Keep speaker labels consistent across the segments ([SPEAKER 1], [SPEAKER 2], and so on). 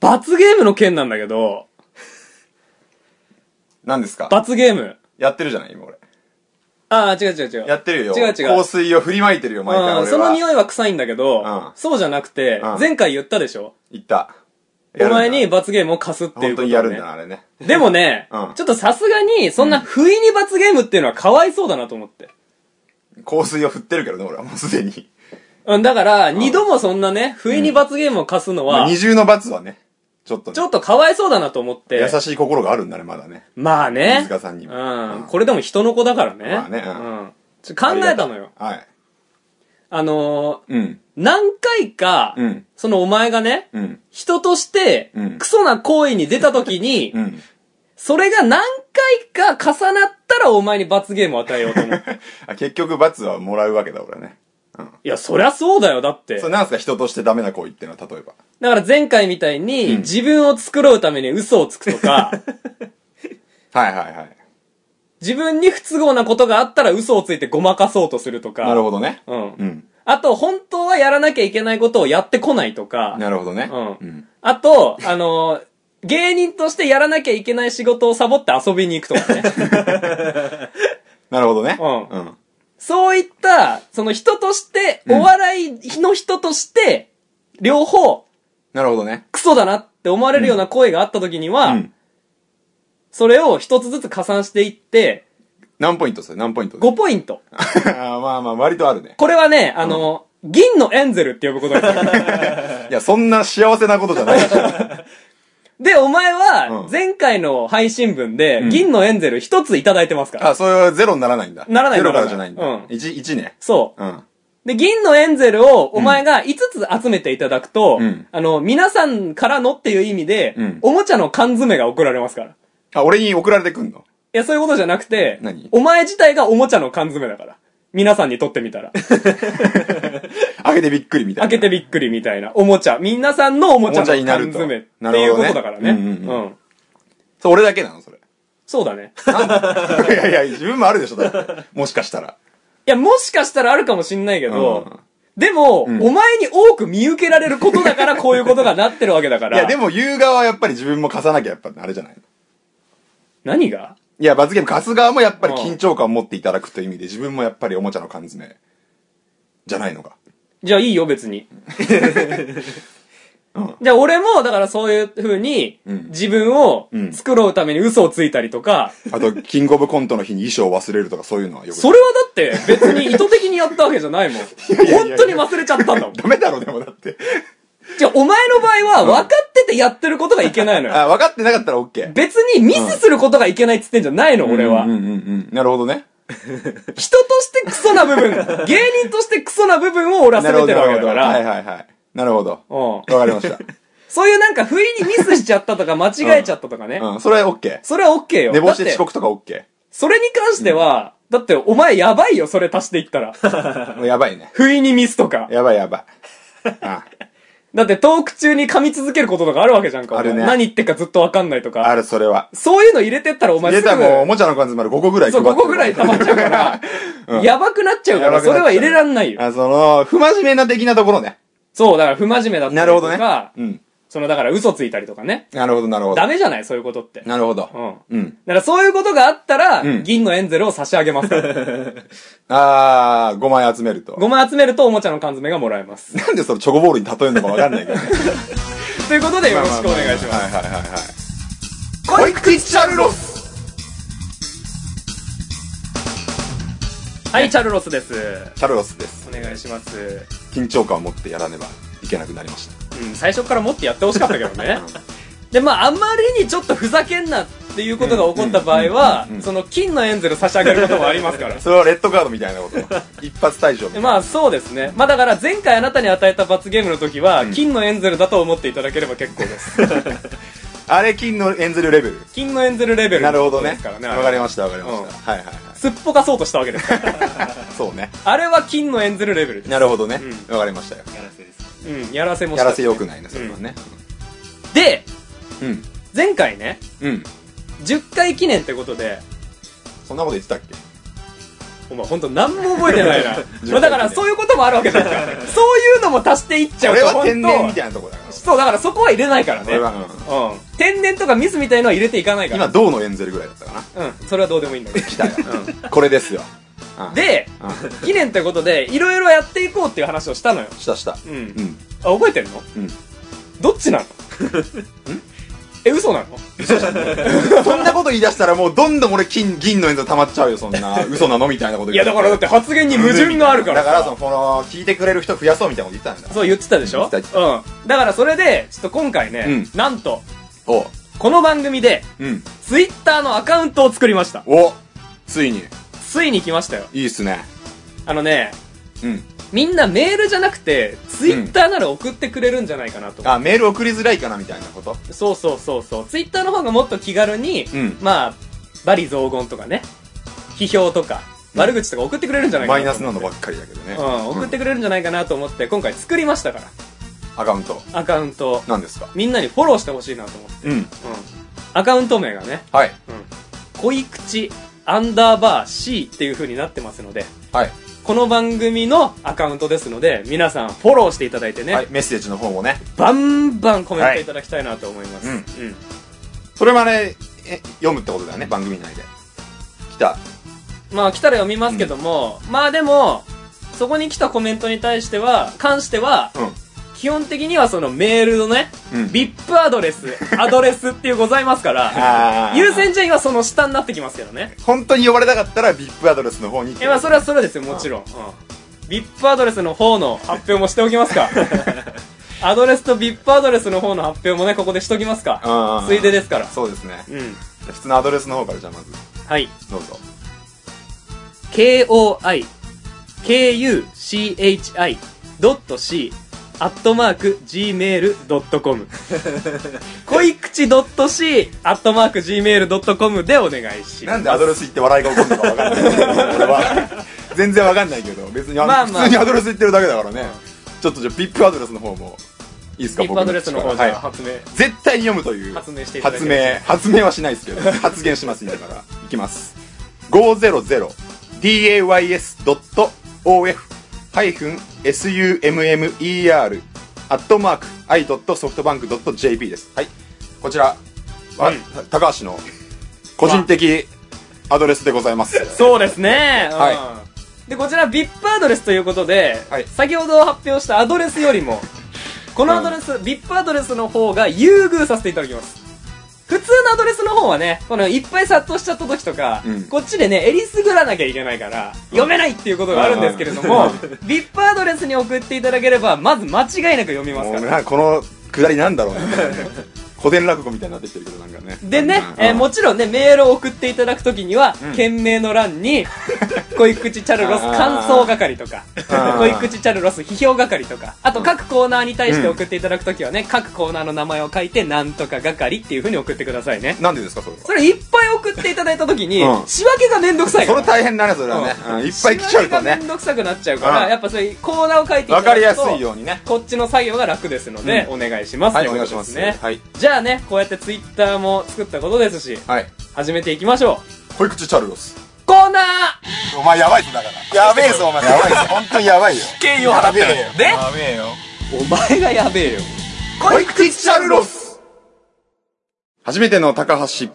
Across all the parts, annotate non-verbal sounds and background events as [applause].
[SPEAKER 1] 罰ゲームの件なんだけど、
[SPEAKER 2] 何ですか
[SPEAKER 1] 罰ゲーム。
[SPEAKER 2] やってるじゃない今俺。
[SPEAKER 1] ああ、違う違う違う。
[SPEAKER 2] やってるよ。
[SPEAKER 1] 違う違う
[SPEAKER 2] 香水を振りまいてるよ、毎回俺
[SPEAKER 1] う
[SPEAKER 2] は。
[SPEAKER 1] んその匂いは臭いんだけど、
[SPEAKER 2] うん
[SPEAKER 1] そうじゃなくて、
[SPEAKER 2] うん
[SPEAKER 1] 前回言ったでしょ
[SPEAKER 2] 言った。
[SPEAKER 1] お前に
[SPEAKER 2] やるんだ
[SPEAKER 1] 罰ゲームを貸すっていうこ
[SPEAKER 2] 本当
[SPEAKER 1] とを
[SPEAKER 2] に
[SPEAKER 1] ね
[SPEAKER 2] やるんだな、あれね。
[SPEAKER 1] でもね、
[SPEAKER 2] うん
[SPEAKER 1] ちょっとさすがに、そんな不意に罰ゲームっていうのはかわいそうだなと思って。
[SPEAKER 2] 香水を振ってるけどね、俺はもうすでに。
[SPEAKER 1] うん、だから、二度もそんなね、不意に罰ゲームを貸すの
[SPEAKER 2] ま
[SPEAKER 1] は
[SPEAKER 2] あ、二重の罰はね、ちょっとね
[SPEAKER 1] ちょっとかわいそうだなと思って。
[SPEAKER 2] 優しい心があるんだね、まだね。
[SPEAKER 1] まあね。
[SPEAKER 2] 飯塚さんにも
[SPEAKER 1] うん。
[SPEAKER 2] うん
[SPEAKER 1] これでも人の子だからね。
[SPEAKER 2] まあねう
[SPEAKER 1] うん
[SPEAKER 2] ん。
[SPEAKER 1] ちょ考えたのよ。
[SPEAKER 2] はい。
[SPEAKER 1] あのー、
[SPEAKER 2] うん。
[SPEAKER 1] 何回か、
[SPEAKER 2] うん
[SPEAKER 1] そのお前がね、
[SPEAKER 2] うん。
[SPEAKER 1] 人として
[SPEAKER 2] うん、
[SPEAKER 1] クソな行為に出た時に、
[SPEAKER 2] うん。 [laughs]
[SPEAKER 1] それが何回か重なったらお前に罰ゲームを与えようと思
[SPEAKER 2] [laughs]
[SPEAKER 1] って。
[SPEAKER 2] あ結局罰はもらうわけだ、俺はね。
[SPEAKER 1] いや、そりゃそうだよ、だって。
[SPEAKER 2] それなんすか、人としてダメな行為っていうのは、例えば。
[SPEAKER 1] だから前回みたいに、
[SPEAKER 2] ん
[SPEAKER 1] 自分を繕うために嘘をつくと
[SPEAKER 2] [laughs]
[SPEAKER 1] か、
[SPEAKER 2] はいはいはい。
[SPEAKER 1] 自分に不都合なことがあったら嘘をついてごまかそうとするとか。
[SPEAKER 2] なるほどね。
[SPEAKER 1] うん。
[SPEAKER 2] うん。
[SPEAKER 1] あと、本当はやらなきゃいけないことをやってこないとか。
[SPEAKER 2] なるほどね。
[SPEAKER 1] うん
[SPEAKER 2] うん。
[SPEAKER 1] あと、あのー芸人としてやらなきゃいけない仕事をサボって遊びに行くとかね。
[SPEAKER 2] なるほどね。
[SPEAKER 1] うん
[SPEAKER 2] うん。
[SPEAKER 1] そういった、その人として、お笑いの人として、両方、
[SPEAKER 2] なるほどね。
[SPEAKER 1] クソだなって思われるような声があった時には、
[SPEAKER 2] うん。
[SPEAKER 1] それを一つずつ加算していって、
[SPEAKER 2] 何ポイントそれ何ポイント
[SPEAKER 1] 5ポイント。
[SPEAKER 2] [laughs] あーまあまあ、割とあるね。
[SPEAKER 1] これはね、あのー銀のエンゼルって呼ぶことにする
[SPEAKER 2] [laughs] いや、そんな幸せなこと
[SPEAKER 1] [laughs]
[SPEAKER 2] じゃないでしょ。
[SPEAKER 1] で、お前は
[SPEAKER 2] う、ん
[SPEAKER 1] 前回の配信分
[SPEAKER 2] う
[SPEAKER 1] で、
[SPEAKER 2] ん
[SPEAKER 1] 銀のエンゼル一ついただいてますから。
[SPEAKER 2] あ、それはゼロにならないんだ。
[SPEAKER 1] ならない
[SPEAKER 2] ゼロからじゃないんだ。
[SPEAKER 1] なら
[SPEAKER 2] う
[SPEAKER 1] ない
[SPEAKER 2] ん
[SPEAKER 1] う。ん
[SPEAKER 2] 1、1ね。
[SPEAKER 1] そう。
[SPEAKER 2] うん。
[SPEAKER 1] で、銀のエンゼルをお前が5つ集めていただくと、
[SPEAKER 2] うん
[SPEAKER 1] あの、皆さんからのっていう意味で、
[SPEAKER 2] うん
[SPEAKER 1] おもちゃの缶詰が送られますから。い
[SPEAKER 2] あ、俺に送られてくんの
[SPEAKER 1] や、そういうことじゃなくて
[SPEAKER 2] 何、
[SPEAKER 1] お前自体がおもちゃの缶詰だから。皆さんにとってみた
[SPEAKER 2] [laughs]
[SPEAKER 1] ら。
[SPEAKER 2] 開けてびっくりみたい
[SPEAKER 1] 開
[SPEAKER 2] な。
[SPEAKER 1] けてびっくりみたいな。おもちゃ。皆さんのおもちゃ
[SPEAKER 2] おもちゃに
[SPEAKER 1] の
[SPEAKER 2] な
[SPEAKER 1] 缶
[SPEAKER 2] ると
[SPEAKER 1] 詰って
[SPEAKER 2] なる
[SPEAKER 1] いう
[SPEAKER 2] ほ
[SPEAKER 1] こ
[SPEAKER 2] どね
[SPEAKER 1] とだからね。
[SPEAKER 2] うんうんそう、俺だけなの
[SPEAKER 1] [laughs]
[SPEAKER 2] それ。
[SPEAKER 1] そうだね。
[SPEAKER 2] いやいや、自分もあるでしょ、だって。もしかしたら。
[SPEAKER 1] いや、もしかしたらあるかもしんないけど、
[SPEAKER 2] うん
[SPEAKER 1] でも、お前に多く見受けられることだ
[SPEAKER 2] [laughs]
[SPEAKER 1] からこういうことがなってるわけだか
[SPEAKER 2] い
[SPEAKER 1] [laughs] ら。
[SPEAKER 2] や、でも言う側はやっぱり自分も貸さなきゃ、やっぱあれじゃないの
[SPEAKER 1] 何が
[SPEAKER 2] いや、罰ゲーム貸す側もやっぱり
[SPEAKER 1] うん
[SPEAKER 2] 緊張感を持っていただくという意味で、自分もやっぱりおもちゃの缶詰、じゃないのか。
[SPEAKER 1] じゃあいいよ、別
[SPEAKER 2] [laughs]
[SPEAKER 1] に。じゃあ俺も、だからそういう風に、
[SPEAKER 2] うん
[SPEAKER 1] 自分を
[SPEAKER 2] うん
[SPEAKER 1] 繕うために嘘をついたりとか、
[SPEAKER 2] あと、 [laughs] キングオブコントの日に衣装を忘れるとかそういうのはよく。
[SPEAKER 1] それはだって別に意図的にやったわけじゃないもん。
[SPEAKER 2] やいや
[SPEAKER 1] 本当に忘れちゃったんだもん。
[SPEAKER 2] ダメだろ、でもだって。
[SPEAKER 1] じゃあお前の場合は分かっててやってることがいけないのよ。
[SPEAKER 2] あ、分かってなかったら OK。
[SPEAKER 1] 別にミスすることがいけないっつってんじゃないの、俺は
[SPEAKER 2] うん。うんうんうん。なるほどね。
[SPEAKER 1] 人としてクソな部分、
[SPEAKER 2] [laughs]
[SPEAKER 1] 芸人としてクソな部分を俺は
[SPEAKER 2] な
[SPEAKER 1] 責
[SPEAKER 2] る
[SPEAKER 1] め
[SPEAKER 2] ほ
[SPEAKER 1] て
[SPEAKER 2] ど、
[SPEAKER 1] る
[SPEAKER 2] な
[SPEAKER 1] わけだか
[SPEAKER 2] るほど。はい
[SPEAKER 1] ら。
[SPEAKER 2] はいはい。なるほど。
[SPEAKER 1] うん
[SPEAKER 2] わかりました。
[SPEAKER 1] [laughs] そういうなんか不意にミスしちゃったとか間違えちゃったとかね。
[SPEAKER 2] うん、それは OK。
[SPEAKER 1] それは OK よ。
[SPEAKER 2] 寝坊して
[SPEAKER 1] だって
[SPEAKER 2] 遅刻とか OK。
[SPEAKER 1] それに関しては、だってお前やばいよ、それ足していった
[SPEAKER 2] [laughs]
[SPEAKER 1] ら。
[SPEAKER 2] やばいね。
[SPEAKER 1] 不意にミスとか。
[SPEAKER 2] やばいやばい。あ
[SPEAKER 1] だってトーク中に噛み続けることとかあるわけじゃんか。
[SPEAKER 2] あるね
[SPEAKER 1] お前何言ってっかずっとわかんないと
[SPEAKER 2] あ
[SPEAKER 1] か。
[SPEAKER 2] る、それは。
[SPEAKER 1] そういうの入れてったらお前
[SPEAKER 2] 入
[SPEAKER 1] す
[SPEAKER 2] れ
[SPEAKER 1] ぐ。
[SPEAKER 2] たらもうおもちゃの缶詰まで5個ぐらい
[SPEAKER 1] そ
[SPEAKER 2] 配
[SPEAKER 1] う、
[SPEAKER 2] って
[SPEAKER 1] ここぐらい溜まっちゃうから、やばくなっちゃうか
[SPEAKER 2] やば
[SPEAKER 1] ら、
[SPEAKER 2] くなっちゃ
[SPEAKER 1] そうれは入れらんないよ。
[SPEAKER 2] あ、その、不真面目な的なところね。
[SPEAKER 1] そう、だから不真面目だった
[SPEAKER 2] な
[SPEAKER 1] り
[SPEAKER 2] るほ
[SPEAKER 1] と
[SPEAKER 2] どね
[SPEAKER 1] か。、
[SPEAKER 2] うん。
[SPEAKER 1] そのだから嘘ついたりとかね。
[SPEAKER 2] なるほど、なるほ
[SPEAKER 1] ダ
[SPEAKER 2] ど。
[SPEAKER 1] メじゃない、そういうことって。
[SPEAKER 2] なるほど。
[SPEAKER 1] うん。
[SPEAKER 2] うん。
[SPEAKER 1] だからそういうことがあったら、
[SPEAKER 2] うん
[SPEAKER 1] 銀のエンゼルを差し上げます
[SPEAKER 2] [laughs]
[SPEAKER 1] から。
[SPEAKER 2] あー、5枚集めると。
[SPEAKER 1] 5枚集めるとおもちゃの缶詰がもらえます。
[SPEAKER 2] なんでそのチョコボールに例えるのかわかんないけどね。
[SPEAKER 1] ということでよろしくお願い [laughs] します。
[SPEAKER 2] はいはいはいはい。こいくチャルロス
[SPEAKER 1] はい、チャルロスです。
[SPEAKER 2] チャルロスです。
[SPEAKER 1] お願いします。
[SPEAKER 2] 緊張感を持ってやらねばいけなくなりました。
[SPEAKER 1] うん、最初からもっとやってほしかったけど
[SPEAKER 2] [laughs]
[SPEAKER 1] ね。で、まあ、あまりにちょっとふざけんなっていうことが起こった場合は、その金のエンゼル差し上げることもありますから。 [laughs]
[SPEAKER 2] それはレッドカードみたいなこと。一発退場みた
[SPEAKER 1] で
[SPEAKER 2] いな。
[SPEAKER 1] まあ、そうですね。まあ、だから前回あなたに与えた罰ゲームの時は、金のエンゼルだと思っていただければ結構です。
[SPEAKER 2] [laughs] あれ金のエンゼルレベル。
[SPEAKER 1] 金のエンゼルレベル
[SPEAKER 2] なるほど
[SPEAKER 1] で
[SPEAKER 2] ね
[SPEAKER 1] すから。ね。
[SPEAKER 2] わかりましたわかりま
[SPEAKER 1] うん
[SPEAKER 2] した。はいはいはい。
[SPEAKER 1] すっぽかそうとしたわけです
[SPEAKER 2] [laughs]
[SPEAKER 1] から。
[SPEAKER 2] そうね。
[SPEAKER 1] あれは金のエンゼルレベルです。
[SPEAKER 2] なるほどね。わかりましたよ。
[SPEAKER 1] うん、やらせもした
[SPEAKER 2] や
[SPEAKER 1] し
[SPEAKER 2] らせよくないね、それはね。
[SPEAKER 1] で、
[SPEAKER 2] うん。
[SPEAKER 1] 前回ね、
[SPEAKER 2] うん。
[SPEAKER 1] 10回記念ってことで、
[SPEAKER 2] そんなこと言ってたっけ。
[SPEAKER 1] お前ほんと何も覚えてないな
[SPEAKER 2] [laughs]
[SPEAKER 1] まあだからそういうこともあるわけじゃんか。そういうのも足していっちゃう
[SPEAKER 2] 俺
[SPEAKER 1] と、
[SPEAKER 2] は
[SPEAKER 1] ほ
[SPEAKER 2] 天
[SPEAKER 1] んと
[SPEAKER 2] 然みたいなとこだから。
[SPEAKER 1] そう、だからそこは入れないから
[SPEAKER 2] こ
[SPEAKER 1] ね。
[SPEAKER 2] れ
[SPEAKER 1] う
[SPEAKER 2] は、
[SPEAKER 1] ん。
[SPEAKER 2] うん、
[SPEAKER 1] 天然とかミスみたいのは入れていかないか
[SPEAKER 2] 今
[SPEAKER 1] ら。
[SPEAKER 2] 銅のエンゼルぐらいだったかな
[SPEAKER 1] うん。それはどうでもいいんだ
[SPEAKER 2] [laughs]
[SPEAKER 1] けど。
[SPEAKER 2] 来たよ、これですよ、うん、
[SPEAKER 1] で、
[SPEAKER 2] う
[SPEAKER 1] 記念ってことで、いろいろやっていこうっていう話をしたのよ。
[SPEAKER 2] んしたした
[SPEAKER 1] うん
[SPEAKER 2] うん
[SPEAKER 1] あ、覚えてんの
[SPEAKER 2] うん
[SPEAKER 1] どっちなのえ、嘘なの
[SPEAKER 2] そんなこと言い出したらもうどんどん俺金銀のエンゼル溜まっちゃうよそんな嘘なのみたいなこと
[SPEAKER 1] いや、だからだって発言に矛盾があるから
[SPEAKER 2] だ
[SPEAKER 1] さ。
[SPEAKER 2] からそのこの聞いてくれる人増やそうみたいなこと言ってたんだ
[SPEAKER 1] そう言ってたでしょ
[SPEAKER 2] 言ってた
[SPEAKER 1] うん。だからそれで、ちょっと今回ね、
[SPEAKER 2] う
[SPEAKER 1] なんと、
[SPEAKER 2] おう
[SPEAKER 1] この番組で、
[SPEAKER 2] うん
[SPEAKER 1] ツイッターのアカウントを作りました。
[SPEAKER 2] おついに
[SPEAKER 1] ついに来ましたよ。
[SPEAKER 2] いいっすね
[SPEAKER 1] あのね、
[SPEAKER 2] うん
[SPEAKER 1] みんなメールじゃなくて、ツイッターなら送ってくれるんじゃないかなと思
[SPEAKER 2] あメール送りづらいかなみたいなこと
[SPEAKER 1] う。そうそうそうそう。ツイッターの方がもっと気軽に、
[SPEAKER 2] うん
[SPEAKER 1] まあ、バリ雑言とかね、批評とか、悪口とか送ってくれるんじゃないか
[SPEAKER 2] マ
[SPEAKER 1] な
[SPEAKER 2] イ
[SPEAKER 1] と思っ
[SPEAKER 2] ナス
[SPEAKER 1] て
[SPEAKER 2] なのばっかりだけどね
[SPEAKER 1] うん、送ってくれるんじゃないかなと思って、今回作りましたから。
[SPEAKER 2] アカウント
[SPEAKER 1] アカウントを。
[SPEAKER 2] 何ですか
[SPEAKER 1] みんなにフォローしてほしいなと思って。
[SPEAKER 2] う
[SPEAKER 1] う
[SPEAKER 2] ん
[SPEAKER 1] ん。アカウント名がね、
[SPEAKER 2] はい
[SPEAKER 1] 恋口アンダーバー C っていう風になってますので、
[SPEAKER 2] はい、
[SPEAKER 1] この番組のアカウントですので、皆さんフォローしていただいてね、
[SPEAKER 2] はい、メッセージの方もね
[SPEAKER 1] バンバンコメントいただきたいなと思います。
[SPEAKER 2] はい
[SPEAKER 1] うん。
[SPEAKER 2] それまでえ読むってことだよね番組内で来た
[SPEAKER 1] まあ来たら読みますけども、まあでも、そこに来たコメントに対しては、関しては、
[SPEAKER 2] う
[SPEAKER 1] 基本的にはそのメールのね、
[SPEAKER 2] んうん
[SPEAKER 1] VIP アドレス、アドレスっていうございます [laughs] から、
[SPEAKER 2] あー
[SPEAKER 1] 優先順位はその下になってきますけどね。
[SPEAKER 2] 本当に呼ばれたかったら VIP アドレスの方に行って
[SPEAKER 1] え、まあそれはそれですよ、もちろん。うん。VIP アドレスの方の発表もしておきます [laughs] か。アドレスと VIP アドレスの方の発表もね、ここでしときます
[SPEAKER 2] うんうん
[SPEAKER 1] か
[SPEAKER 2] う。ん
[SPEAKER 1] ついでですから。
[SPEAKER 2] そうですね
[SPEAKER 1] うん。
[SPEAKER 2] 普通のアドレスの方からじゃあまず
[SPEAKER 1] はい。
[SPEAKER 2] どうぞ
[SPEAKER 1] koi, kuchi, c, アットマーク、gmail.com。恋口 .c、アットマーク、gmail.com でお願いします。
[SPEAKER 2] なんでアドレス行って笑いが起こるのか分かんないけど俺は全然分かんないけど別にあの、
[SPEAKER 1] まあまあ
[SPEAKER 2] 普通にアドレス行ってるだけだからね、ちょっとじゃあ VIP アドレスの方もいいですか
[SPEAKER 1] リップアドレスの方
[SPEAKER 2] 僕
[SPEAKER 1] じゃあ
[SPEAKER 2] はい
[SPEAKER 1] 発明。
[SPEAKER 2] 絶対に読むという
[SPEAKER 1] 発明していただけ
[SPEAKER 2] 発
[SPEAKER 1] れば
[SPEAKER 2] 明発明はしないですけ
[SPEAKER 1] [laughs]
[SPEAKER 2] ど発言しますんでだからいきます 500days.of-summer アットマーク i.softbank.jp ですはいこちら、は
[SPEAKER 1] うん
[SPEAKER 2] 高橋の個人的アドレスでございます
[SPEAKER 1] そう [laughs] ですね。うん
[SPEAKER 2] は
[SPEAKER 1] で、こちら VIP アドレスということで、
[SPEAKER 2] はい
[SPEAKER 1] 先ほど発表したアドレスよりも、このアドレス、VIP アドレスの方が優遇させていただきます。普通のアドレスの方はね、このいっぱい殺到しちゃった時とか、
[SPEAKER 2] うん
[SPEAKER 1] こっちでね、えりすぐらなきゃいけないから、読めないっていうことがあるんですけれども、VIP アドレスに送っていただければ、まず間違いなく読みます
[SPEAKER 2] も
[SPEAKER 1] か
[SPEAKER 2] う
[SPEAKER 1] ら。
[SPEAKER 2] なこのくだりなんだろうね古典落語みたいになってきてるけどなんかね
[SPEAKER 1] でね、
[SPEAKER 2] うん
[SPEAKER 1] えーもちろんね、メールを送っていただくときには、
[SPEAKER 2] うん
[SPEAKER 1] 件名の欄
[SPEAKER 2] [laughs]
[SPEAKER 1] に、恋口チャルロス感想係とか
[SPEAKER 2] あ、ー
[SPEAKER 1] 恋口チャルロス批評係とか、あと各コーナーに対して送っていただくときはね、各コーナーの名前を書いて、なんとか係っていう風に送ってくださいね。
[SPEAKER 2] なんでですかそれは
[SPEAKER 1] それいっぱい送っていただいたときに、
[SPEAKER 2] うん
[SPEAKER 1] 仕分けがめんどくさいか
[SPEAKER 2] そ
[SPEAKER 1] ら
[SPEAKER 2] れ。大変だねそれはね、
[SPEAKER 1] うん
[SPEAKER 2] うんいっぱい来ちゃ
[SPEAKER 1] 仕
[SPEAKER 2] うと
[SPEAKER 1] 分けが
[SPEAKER 2] ね
[SPEAKER 1] めんどくさくなっちゃうから、
[SPEAKER 2] うん
[SPEAKER 1] やっぱそういうコーナーを書いていただ
[SPEAKER 2] わ
[SPEAKER 1] くと、
[SPEAKER 2] かりやすいようにね
[SPEAKER 1] こっちの作業が楽ですので、お願いします。
[SPEAKER 2] はい
[SPEAKER 1] とう
[SPEAKER 2] お
[SPEAKER 1] こと
[SPEAKER 2] 願いします
[SPEAKER 1] ですね。
[SPEAKER 2] はい
[SPEAKER 1] じゃあね、こうやってツイッターも作ったことですし、
[SPEAKER 2] はい
[SPEAKER 1] 始めていきましょう。
[SPEAKER 2] 濃い口チャルロス
[SPEAKER 1] コーナー
[SPEAKER 2] お前やばいぞだからやべえぞお前やばいぞ本当にやばいよ
[SPEAKER 1] 敬意を払ってるで、
[SPEAKER 2] べえよ
[SPEAKER 1] お前がやべえよ。
[SPEAKER 2] 濃い口チャルロス初めての高橋